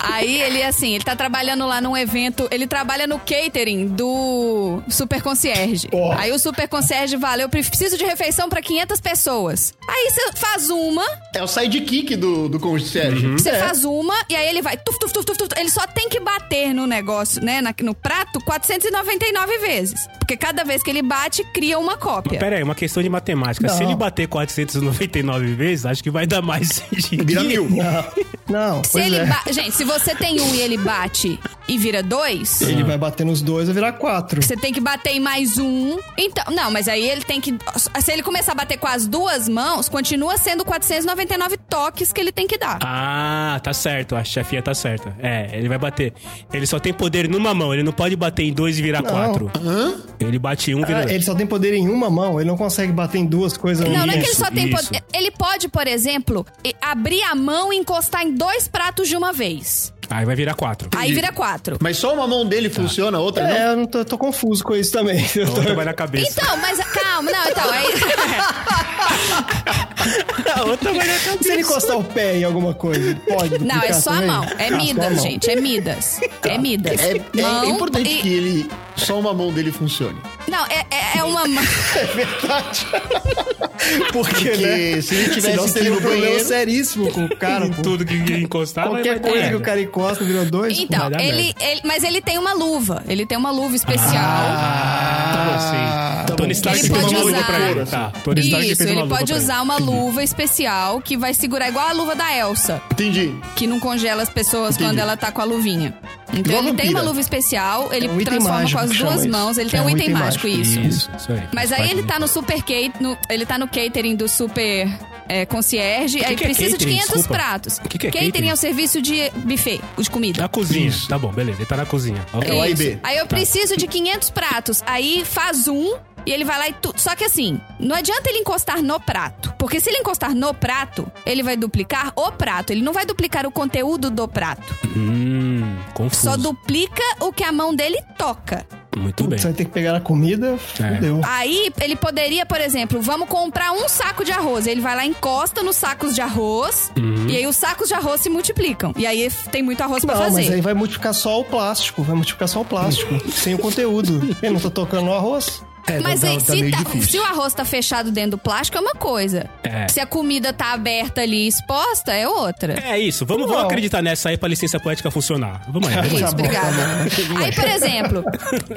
S1: Aí ele, assim, ele tá trabalhando lá num evento, ele trabalha no catering do Super Concierge. Aí o Super Concierge fala, eu preciso de refeição pra 500 pessoas. Aí você faz uma,
S3: É o sidekick do, do concierge.
S1: você
S3: É.
S1: faz uma, e aí ele vai... Tuf, tuf, tuf, tuf, tuf, ele só tem que bater no negócio, né, na- no prato, 499 vezes. Porque cada vez que ele bate, cria uma cópia.
S2: Pera aí, uma questão de matemática. Se
S5: Não.
S2: ele bater 499 vezes, acho que vai dar mais de...
S3: Vira mil.
S5: Não,
S1: Se
S5: pois
S1: ele
S5: é.
S1: ba- Gente, se você tem um e ele bate e vira dois...
S5: Ele vai bater nos dois vai virar quatro.
S1: Você tem que bater em mais um. Então, não, mas aí ele tem que. Se ele começar a bater com as duas mãos, continua sendo 499 toques que ele tem que dar.
S2: Ah, tá certo. A chefinha tá certa. É, ele vai bater. Ele só tem poder numa mão. Ele não pode bater em dois e virar quatro. Ele bate em um e vira...
S5: Ah, ele só tem poder em uma mão, ele não consegue bater em duas coisas
S1: não, não é que ele
S2: isso,
S1: só tem
S2: isso.
S1: poder. Ele pode, por exemplo, e- abrir a mão e encostar em dois pratos de uma vez.
S2: Aí vai virar quatro.
S1: Aí vira quatro.
S3: Mas só uma mão dele funciona, a outra não.
S5: É, eu não tô, eu tô confuso com isso também. Eu tô-
S2: Outra vai na cabeça.
S1: Então, mas calma, não, então, é isso.
S2: A outra vai na cabeça.
S5: Se ele encostar o pé em alguma coisa, pode.
S1: Não, é
S5: duplicar
S1: só a
S5: também?
S1: mão. É
S5: Ah, só a
S1: Midas,
S5: mão.
S1: gente. É Midas. É Midas.
S3: É, é
S1: Mão
S3: importante
S1: e-
S3: que ele. Só uma mão dele funcione.
S1: Não, é, é, é uma mão.
S5: Porque, né?
S3: Porque se ele
S5: Senão
S3: tivesse que ir
S5: seria um
S3: no
S5: problema
S3: banheiro.
S5: seríssimo com o cara, pô.
S2: Tudo que encostar vai-
S5: Qualquer
S2: vai dar
S5: coisa que
S2: merda.
S5: o cara encosta virou dois. pô.
S1: Então,
S2: vai dar
S1: ele, ele- Mas ele tem uma luva. Ele tem uma luva especial.
S2: Ah, tá bom, sim. Tony Stark
S1: Ele
S2: fez
S1: pode
S2: uma luva
S1: usar.
S2: pra ele. Tá. Tony Stark
S1: Isso,
S2: fez uma
S1: ele
S2: luva
S1: pode
S2: pra
S1: usar uma luva especial que vai segurar igual a luva da Elsa,
S3: Entendi.
S1: que não congela as pessoas
S3: Entendi.
S1: quando ela tá com a luvinha. Então
S3: Igual
S1: ele tem
S3: vampira.
S1: uma luva especial, ele
S5: É um item
S1: transforma com
S5: mágico
S1: as
S5: que chama
S1: duas
S5: isso.
S1: mãos, ele tem
S5: É
S1: um
S5: um
S1: item,
S5: item
S1: mágico,
S5: mágico,
S1: isso.
S2: Isso, isso aí.
S1: Mas aí ele tá no super cate, no- ele tá no catering do super é, concierge, aí
S2: que é
S1: precisa de
S2: catering?
S1: 500
S2: Desculpa.
S1: pratos.
S2: O que que é
S1: catering,
S2: catering?
S1: é o serviço de buffet, de comida.
S2: Na cozinha.
S3: Isso.
S2: Tá bom, beleza. Ele tá na cozinha. Ok.
S3: É o A e
S1: Isso.
S3: B.
S1: Aí eu
S2: Tá.
S1: preciso de 500 pratos. Aí faz um e ele vai lá e tudo. Só que assim, não adianta ele encostar no prato. Porque se ele encostar no prato, ele vai duplicar o prato. Ele não vai duplicar o conteúdo do prato.
S2: Hum, confuso.
S1: Só duplica o que a mão dele toca.
S2: Muito bem.
S5: Você vai ter que pegar a comida,
S1: Ah,
S5: fudeu.
S1: Aí ele poderia, por exemplo, vamos comprar um saco de arroz. Ele vai lá, encosta nos sacos de arroz. E aí os sacos de arroz se multiplicam. E aí tem muito arroz pra
S5: Não,
S1: fazer.
S5: mas aí vai multiplicar só o plástico. Vai multiplicar só o plástico. sem o conteúdo. Eu não tô tocando no arroz.
S1: Mas
S3: tá-
S1: aí,
S3: tá
S1: se,
S3: meio
S1: tá-
S3: difícil.
S1: se o arroz tá fechado dentro do plástico, é uma coisa.
S2: É.
S1: Se a comida tá aberta ali e exposta, é outra.
S2: É isso, vamos, vamos
S5: Não.
S2: acreditar nessa aí pra licença poética funcionar. Vamos aí. Vamos
S1: Isso,
S2: aí.
S5: É. Tá bom,
S1: obrigada. Aí, por exemplo,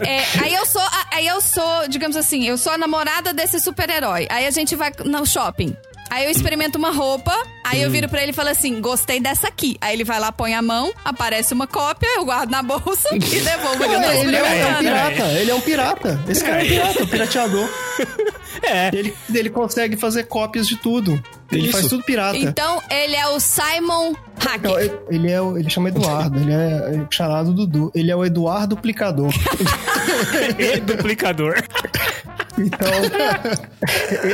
S1: é, aí eu sou, a- aí eu sou, digamos assim, eu sou a namorada desse super-herói. Aí a gente vai no shopping. Aí eu experimento uma roupa, aí
S5: Hum.
S1: eu viro pra ele e falo assim: gostei dessa aqui. Aí ele vai lá, põe a mão, aparece uma cópia, eu guardo na bolsa e devolvo ele
S5: É, ele é um- é um
S1: no
S5: pirata. Ele é um pirata. Esse cara é um pirata, um pirateador.
S2: É.
S5: Ele, ele consegue fazer cópias de tudo. Ele
S2: Isso.
S5: faz tudo pirata.
S1: Então, ele é o Simon
S5: Não,
S1: Hacker.
S5: ele, ele é, o- ele chama Eduardo, ele é é charado Dudu. Ele é o Eduardo Duplicador.
S3: É
S2: E duplicador.
S1: Tá.
S5: Então,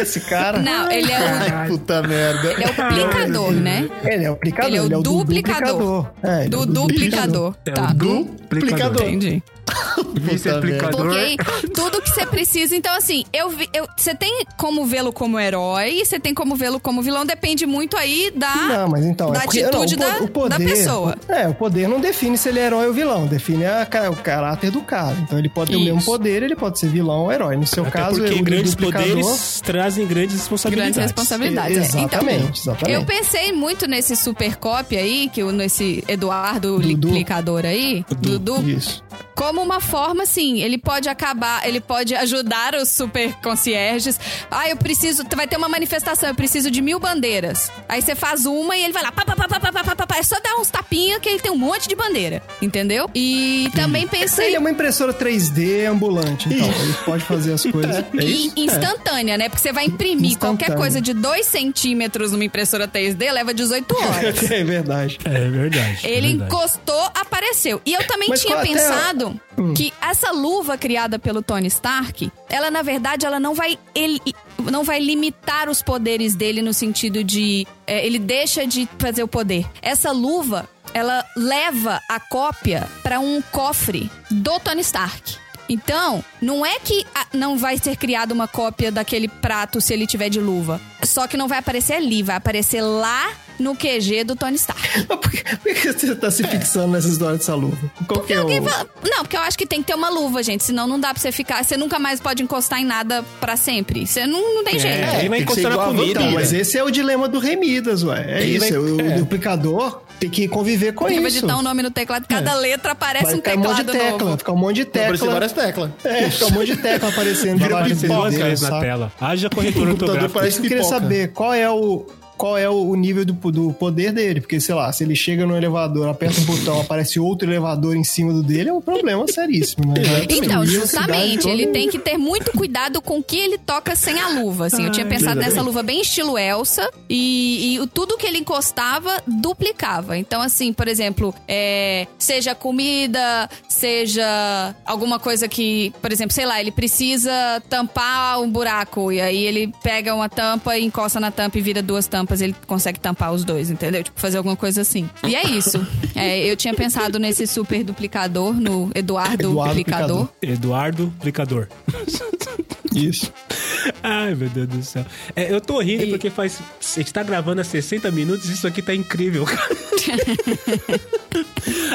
S5: esse cara.
S1: Não, ele é o
S3: Ai, puta merda.
S1: Ele é o plicador, né?
S5: Ele é o aplicador.
S1: Ele é o duplicador.
S5: É, ele é
S1: Do
S5: o
S1: duplicador. Tá.
S3: É Duplicador.
S1: Entendi.
S5: é
S3: Puta merda.
S1: Porque aí, tudo que você precisa. Então, assim, eu vi. eu- Você tem como vê-lo como herói e você tem como vê-lo como vilão. Depende muito aí da.
S5: Não, mas então.
S1: Da
S5: é porque- não,
S1: atitude
S5: po-
S1: da- da pessoa.
S5: É, o poder não define se ele é herói ou vilão, define a ca- o caráter do cara. Então ele pode ter o mesmo
S1: Isso.
S5: poder, ele pode ser vilão ou herói. No seu
S2: Até
S5: caso, é
S3: é
S2: porque
S5: eu
S2: grandes poderes trazem grandes responsabilidades.
S1: Grandes responsabilidades. é.
S5: Exatamente,
S1: então,
S5: exatamente.
S1: Eu pensei muito nesse super copy aí, que o- nesse Eduardo
S5: Dudu.
S1: duplicador aí, Dudu,
S5: Isso.
S1: como uma forma, assim, ele pode acabar, ele pode ajudar os super concierges. Ah, eu preciso, vai ter uma manifestação, eu preciso de mil bandeiras. Aí você faz uma e ele vai lá, pá, pá, pá, pá, pá, pá, pá, pá, pá. é só dar uns tapinhas que ele tem um monte de bandeira, entendeu? E também
S5: Ele
S1: pensei
S5: é uma impressora 3D ambulante, então. Ele pode fazer as coisas. É
S1: em
S5: isso?
S1: instantânea, né? Porque você vai imprimir
S5: Instantânea.
S1: qualquer coisa de 2 centímetros numa impressora 3D, leva 18 horas.
S5: É verdade.
S2: É verdade. é
S1: Ele
S2: verdade.
S1: encostou, apareceu. E eu também
S5: Mas
S1: tinha
S5: qual- Hum. até
S1: pensado que essa luva criada pelo Tony Stark, ela na verdade ela não vai ele não vai limitar os poderes dele no sentido de é, ele deixa de fazer o poder. Essa luva ela leva a cópia pra um cofre do Tony Stark. Então, não é que a- não vai ser criada uma cópia daquele prato se ele tiver de luva. Só que não vai aparecer ali, vai aparecer lá no QG do Tony Stark.
S5: Mas Por que, por que você tá se fixando nessa história dessa luva? Qual que é o...
S1: É. Alguém fala- Não, porque eu acho que tem que ter uma luva, gente. Senão não dá pra você ficar. Você nunca mais pode encostar em nada pra sempre. Você não, não tem jeito.
S2: É, ele vai
S3: tem que ser
S2: encostar na
S3: igual a
S2: comida. né?
S5: Então,
S3: vampira.
S5: mas esse é o dilema do Remidas, ué. É
S2: Ele
S5: isso,
S2: vai-
S5: o
S2: é.
S5: duplicador tem que conviver com
S1: Você vai
S5: É, isso. É.
S1: digitar um nome no teclado, cada letra aparece
S5: Vai
S1: um
S5: ficar um monte
S1: teclado
S5: de tecla,
S1: novo.
S5: fica um monte de
S3: Apareceu
S5: tecla.
S3: várias teclas.
S5: É, fica um monte de tecla aparecendo pra
S2: Vira
S5: baixo do
S2: pipoca
S5: dedo,
S2: na
S5: sabe?
S2: tela. Haja corretor
S3: O computador
S2: ortográfico.
S5: Por isso
S3: parece
S5: que eu queria
S3: pipoca.
S5: saber qual é o... Qual é o o nível do, do poder dele? Porque, sei lá, se ele chega no elevador, aperta um botão, aparece outro elevador em cima do dele, é um problema seríssimo, né? Vai
S1: Então,
S5: destruir a cidade
S1: justamente,
S5: toda.
S1: ele tem que ter muito cuidado com o que ele toca sem a luva. Assim, eu tinha
S5: Ah,
S1: pensado nessa luva bem estilo Elsa e, e o- tudo que ele encostava duplicava. Então, assim, por exemplo, é, seja comida, seja alguma coisa que, por exemplo, sei lá, ele precisa tampar um buraco e aí ele pega uma tampa e encosta na tampa e vira duas tampas tampas, ele consegue tampar os dois, entendeu? Tipo, fazer alguma coisa assim. E é isso. É, eu tinha pensado nesse super duplicador, no Eduardo,
S3: Eduardo
S1: duplicador.
S2: Eduardo Plicador.
S3: Isso.
S2: Ai, meu Deus do céu. É, eu tô rindo porque faz. A gente tá gravando há 60 minutos e isso aqui tá incrível, cara.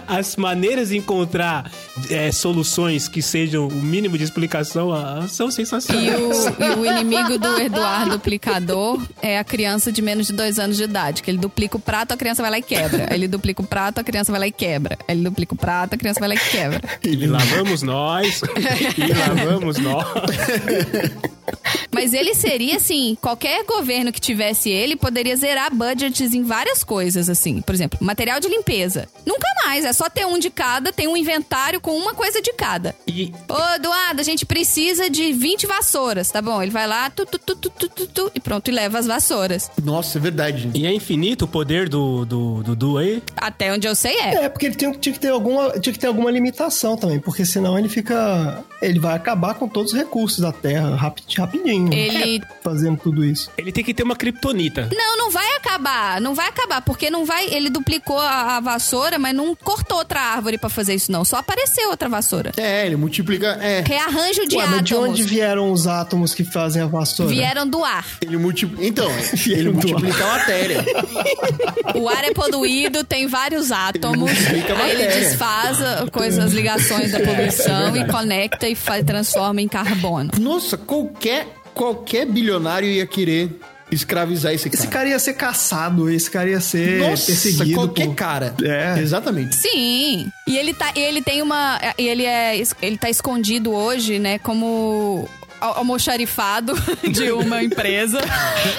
S2: As maneiras de encontrar é, soluções que sejam o mínimo de explicação ah, são
S1: E
S2: sensacionais.
S1: o, e o inimigo do Eduardo duplicador é a criança de menos de dois anos de idade. Que ele duplica o prato, a criança vai lá e quebra. Ele duplica o prato, a criança vai lá e quebra. Ele duplica o prato, a criança vai lá e quebra.
S2: E lá vamos nós. E lá vamos nós.
S1: Mas ele seria, assim, qualquer governo que tivesse ele poderia zerar budgets em várias coisas, assim. Por exemplo, material de limpeza. Nunca mais, é só ter um de cada, tem um inventário com uma coisa de cada.
S2: E
S1: Ô, Eduardo, a gente precisa de 20 vassouras, tá bom? Ele vai lá, tu, tu, tu, tu, tu, tu, tu, e pronto, e leva as vassouras.
S3: Nossa, é verdade.
S2: E é infinito o poder do Dudu do, Dudu aí?
S1: Até onde eu sei é.
S5: É, porque ele tinha, tinha que ter alguma, tinha que ter alguma limitação também, porque senão ele fica. Ele vai acabar com todos os recursos da Terra rapi- rapidinho. né?
S1: Ele-
S5: Fazendo tudo isso.
S2: Ele tem que ter uma kriptonita.
S1: Não, não vai acabar, não vai acabar, porque não vai. Ele duplicou a, a vassoura, mas não cortou outra árvore pra fazer isso, não. Só apareceu outra vassoura.
S3: É, ele multiplica. É.
S1: Rearranjo de
S5: Ué, mas
S1: átomos.
S5: de onde né? vieram os átomos que fazem a vassoura?
S1: Vieram do ar.
S3: Ele multiplica. Então, ele multiplica a matéria.
S1: O ar é poluído, tem vários átomos.
S3: multiplica a
S1: Aí ele
S3: matéria.
S1: desfaz a coisa, as ligações da poluição e conecta e fa- transforma em carbono.
S3: Nossa, qualquer, qualquer bilionário ia querer escravizar esse cara.
S5: Esse cara ia ser caçado, esse cara ia ser
S3: Nossa,
S5: perseguido.
S3: qualquer
S5: por-
S3: cara.
S5: É.
S3: Exatamente.
S1: Sim. E ele tá, ele tem uma, ele é, ele tá escondido hoje, né, como al- almoxarifado de uma empresa,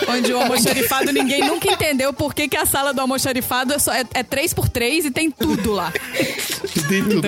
S1: onde o almoxarifado ninguém nunca entendeu por que, que a sala do almoxarifado é, só, é, é 3x3 e tem tudo lá.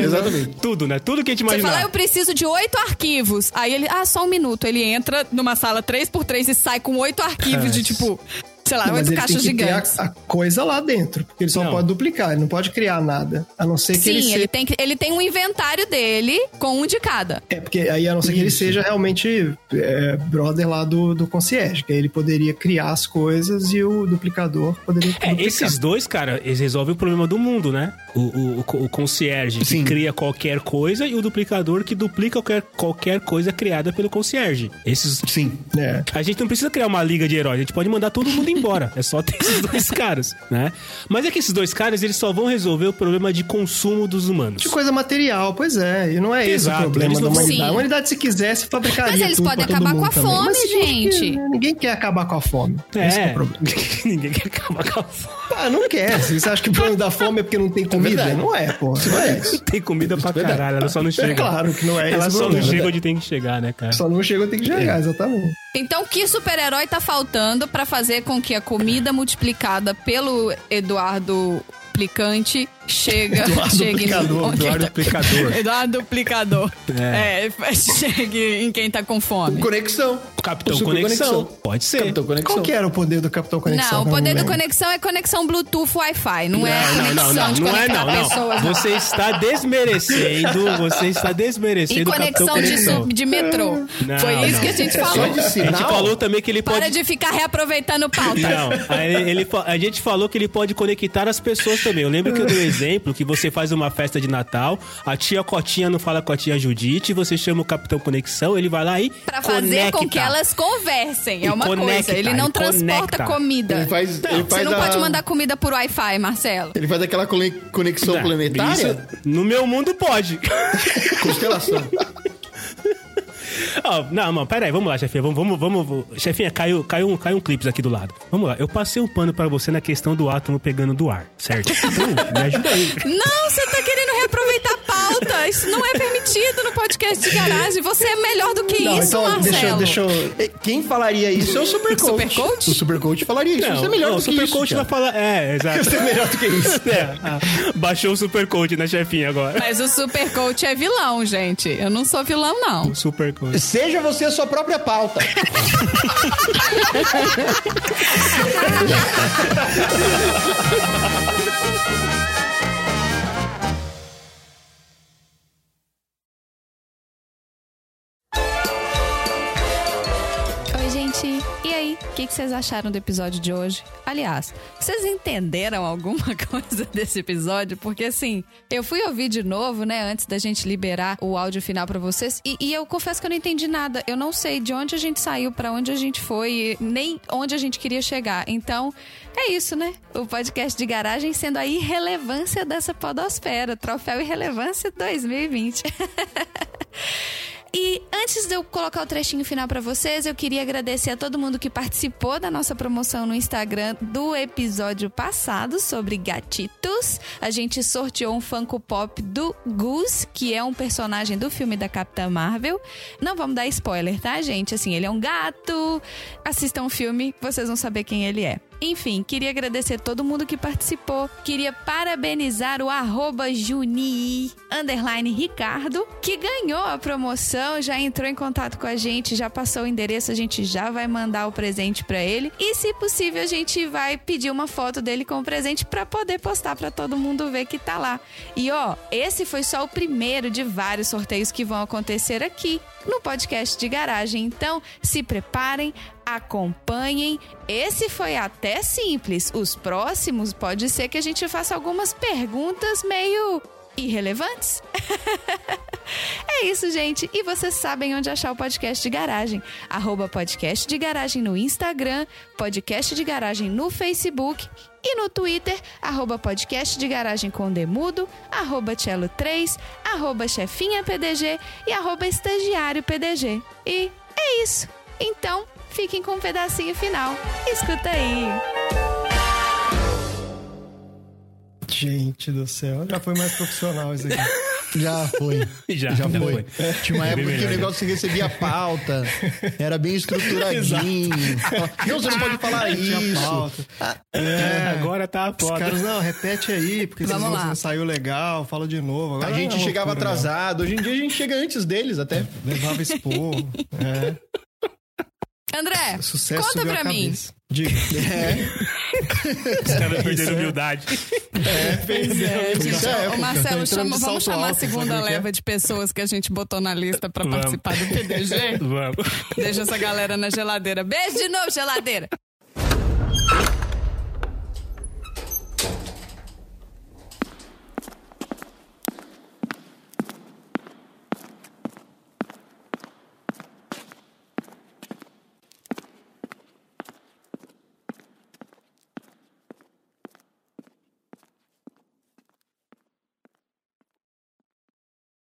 S3: Exatamente.
S2: Tudo, né? Tudo que a gente
S1: Você fala, "Ah,
S2: imaginar.
S1: eu preciso de oito arquivos. Aí ele, ah, só um minuto. Ele entra numa sala 3x3 e sai com oito arquivos de tipo, sei lá,
S5: Não, mas
S1: oito
S5: ele tem
S1: caixas
S5: que ter a,
S1: gigantes.
S5: a coisa lá dentro. Porque ele só
S2: Não.
S5: pode duplicar, ele não pode criar nada. A não ser que
S1: Sim,
S5: ele
S1: ele,
S5: seja.
S1: tem que, ele tem um inventário dele com um de cada.
S5: É, porque aí a não ser que ele seja realmente é, brother lá do, do concierge. Que aí ele poderia criar as coisas e o duplicador poderia.
S2: É,
S5: duplicar.
S2: esses dois, cara, eles resolvem o problema do mundo, né? O, o, o co- o concierge
S3: Sim.
S2: que cria qualquer coisa e o duplicador que duplica qualquer, qualquer coisa criada pelo concierge. Esses.
S3: Sim.
S5: É.
S2: A gente não precisa criar uma liga de heróis, a gente pode mandar todo mundo embora. É só ter esses dois caras, né? Mas é que esses dois caras, eles só vão resolver o problema de consumo dos humanos.
S5: De coisa material, pois é. E não é esse
S2: Exato,
S5: o problema
S2: eles
S5: da
S2: não-
S5: humanidade.
S1: Sim.
S5: A humanidade, se quisesse, fabricaria.
S1: Mas eles
S5: tudo
S1: podem
S5: pra todo
S1: acabar
S5: mundo
S1: com a
S5: também.
S1: fome,
S5: Mas ninguém
S1: gente.
S5: quer- né? ninguém quer acabar com a fome. Esse que é o problema.
S2: Ninguém quer acabar com a fome.
S5: Ah, não quer. Se Você acha que o problema da fome é porque não tem comida?
S3: verdade.
S5: não é, pô. Não é isso.
S2: Tem comida pra
S3: verdade.
S2: caralho, ela só não chega.
S5: É claro que não é
S2: Ela
S5: esse o
S2: só não
S5: problema.
S2: chega onde tem que chegar, né, cara?
S5: Só não chega, eu tenho que chegar, exatamente.
S1: Então, que super-herói tá faltando pra fazer com que a comida multiplicada pelo Eduardo Plicante chega, chegue tá-
S5: Duplicador,
S1: no...
S2: Eduardo Duplicador.
S7: Eduardo Duplicador. É, chegue em quem tá com fome.
S3: Conexão.
S2: Capitão
S3: O Super
S2: Conexão. Pode ser.
S3: Capitão Conexão.
S5: Qual que é era o poder do Capitão Conexão?
S1: Não, o
S5: Eu
S1: poder do
S5: lembro.
S1: conexão é conexão Bluetooth Wi-Fi, não, é
S2: Não,
S1: conexão
S2: não, não,
S1: de
S2: não é
S1: conectar
S2: não, não.
S1: pessoas.
S2: Você está desmerecendo, você está
S1: E
S2: desmerecendo o Capitão
S1: conexão de,
S2: Conexão.
S1: sub- de metrô.
S2: Não,
S1: Foi isso
S2: não. É
S1: que a gente
S3: Só
S1: falou.
S3: de
S2: A gente
S3: sinal.
S2: falou também que ele pode...
S1: Para de ficar reaproveitando pauta.
S2: Não, a- ele, ele fa- a gente falou que ele pode conectar as pessoas também. Eu lembro que eu dei um exemplo que você faz uma festa de Natal, a tia Cotinha não fala com a tia Judite, você chama o Capitão Conexão, ele vai lá e
S1: Pra fazer com
S2: conecta.
S1: que elas conversem.
S2: E
S1: É uma
S2: conecta,
S1: coisa. Ele não
S2: e
S1: transporta
S2: conecta.
S1: comida.
S3: Ele faz, ele
S1: Você
S3: faz
S1: não
S3: a-
S1: pode mandar comida por Wi-Fi, Marcelo.
S3: Ele faz aquela cole- conexão
S2: Não,
S3: planetária?
S2: isso- é- no meu mundo pode.
S3: Constelação.
S2: Ó, não, não, peraí, vamos lá, chefinha. Vamos, vamos, vamos. Chefinha, caiu, caiu, um, caiu um clipe aqui do lado. Vamos lá, eu passei um pano pra você na questão do átomo pegando do ar, certo? Então, me ajuda aí.
S1: Não, você tá querendo reaproveitar a pauta. Isso não é permitido no podcast de garagem. Você é melhor do que
S5: Não,
S1: isso,
S5: então
S1: Marcelo.
S5: deixa, eu- deixa eu.
S3: E Quem falaria isso é o Supercoach.
S1: Supercoach?
S3: O Supercoach falaria isso.
S2: Não,
S3: isso é melhor
S2: não,
S3: do
S2: o
S3: que isso.
S2: Supercoach vai
S3: Thiago.
S2: falar. É, exato.
S3: Isso é melhor do que isso.
S2: É, ah, baixou o Supercoach na chefinha agora.
S1: Mas o Supercoach é vilão, gente. Eu não sou vilão, não.
S2: Supercoach.
S3: Seja você a sua própria pauta.
S9: Oi, gente. E aí?
S1: que, que vocês acharam do episódio de hoje? Aliás, vocês entenderam alguma coisa desse episódio? Porque assim, eu fui ouvir de novo, né, antes da gente liberar o áudio final pra vocês, e, e eu confesso que eu não entendi nada. Eu não sei de onde a gente saiu, pra onde a gente foi, e nem onde a gente queria chegar. Então, é isso, né? O podcast de garagem sendo a irrelevância dessa podosfera, troféu irrelevância 2020. E antes de eu colocar o trechinho final para vocês, eu queria agradecer a todo mundo que participou da nossa promoção no Instagram do episódio passado sobre gatitos. A gente sorteou um Funko Pop do Goose, que é um personagem do filme da Capitã Marvel. Não vamos dar spoiler, tá, gente? Assim, ele é um gato. Assistam o filme, vocês vão saber quem ele é. Enfim, queria agradecer todo mundo que participou. Queria parabenizar o arroba Juni underline Ricardo, que ganhou a promoção, já entrou em contato com a gente, já passou o endereço, a gente já vai mandar o presente pra ele. E se possível, a gente vai pedir uma foto dele com o presente pra poder postar pra todo mundo ver que tá lá. E ó, esse foi só o primeiro de vários sorteios que vão acontecer aqui no podcast de garagem. Então, se preparem, acompanhem. Esse foi até simples. Os próximos pode ser que a gente faça algumas perguntas meio irrelevantes. é isso, gente. E vocês sabem onde achar o podcast de garagem. Arroba podcast de garagem no Instagram, podcast de garagem no Facebook e no Twitter, arroba podcast de garagem com demudo, arroba cello 3, arroba chefinha PDG e arroba estagiário PDG. E é isso. Então, fiquem com o um pedacinho final. Escuta aí.
S5: Gente do céu, já foi mais profissional isso aqui.
S3: Já foi.
S2: Já,
S3: já
S2: já
S3: foi.
S2: foi.
S3: Tinha uma
S2: É bem
S3: época que o
S2: melhor,
S3: negócio você recebia a pauta, era bem estruturadinho. Não, você não pode falar
S5: Tinha
S3: isso.
S5: pauta.
S2: É, agora tá
S5: Os
S2: foda.
S5: caras, não, repete aí, porque
S1: Vamos
S5: vocês não-
S1: lá.
S5: não saiu legal, fala de novo.
S3: A
S5: Agora é
S3: gente
S5: uma
S3: chegava
S5: loucura,
S3: atrasado, hoje em dia a gente chega antes deles até.
S5: não. Levava expor. é,
S1: André,
S5: sucesso
S1: conta
S5: subiu a
S1: pra mim. É.
S5: cabeça. Diga.
S2: Os caras
S3: é.
S2: perderam humildade.
S1: Pois é,
S3: Isso
S1: gente.
S3: é época,
S1: Ô,
S3: tá
S1: Marcelo, chama-
S3: entrando de
S1: vamos
S3: salto
S1: chamar a
S3: alto,
S1: segunda
S3: sabe o que é?
S1: leva de pessoas que a gente botou na lista pra
S2: Vamos.
S1: participar do PDG.
S2: Vamos.
S1: Deixa essa galera na geladeira. Beijo de novo, geladeira.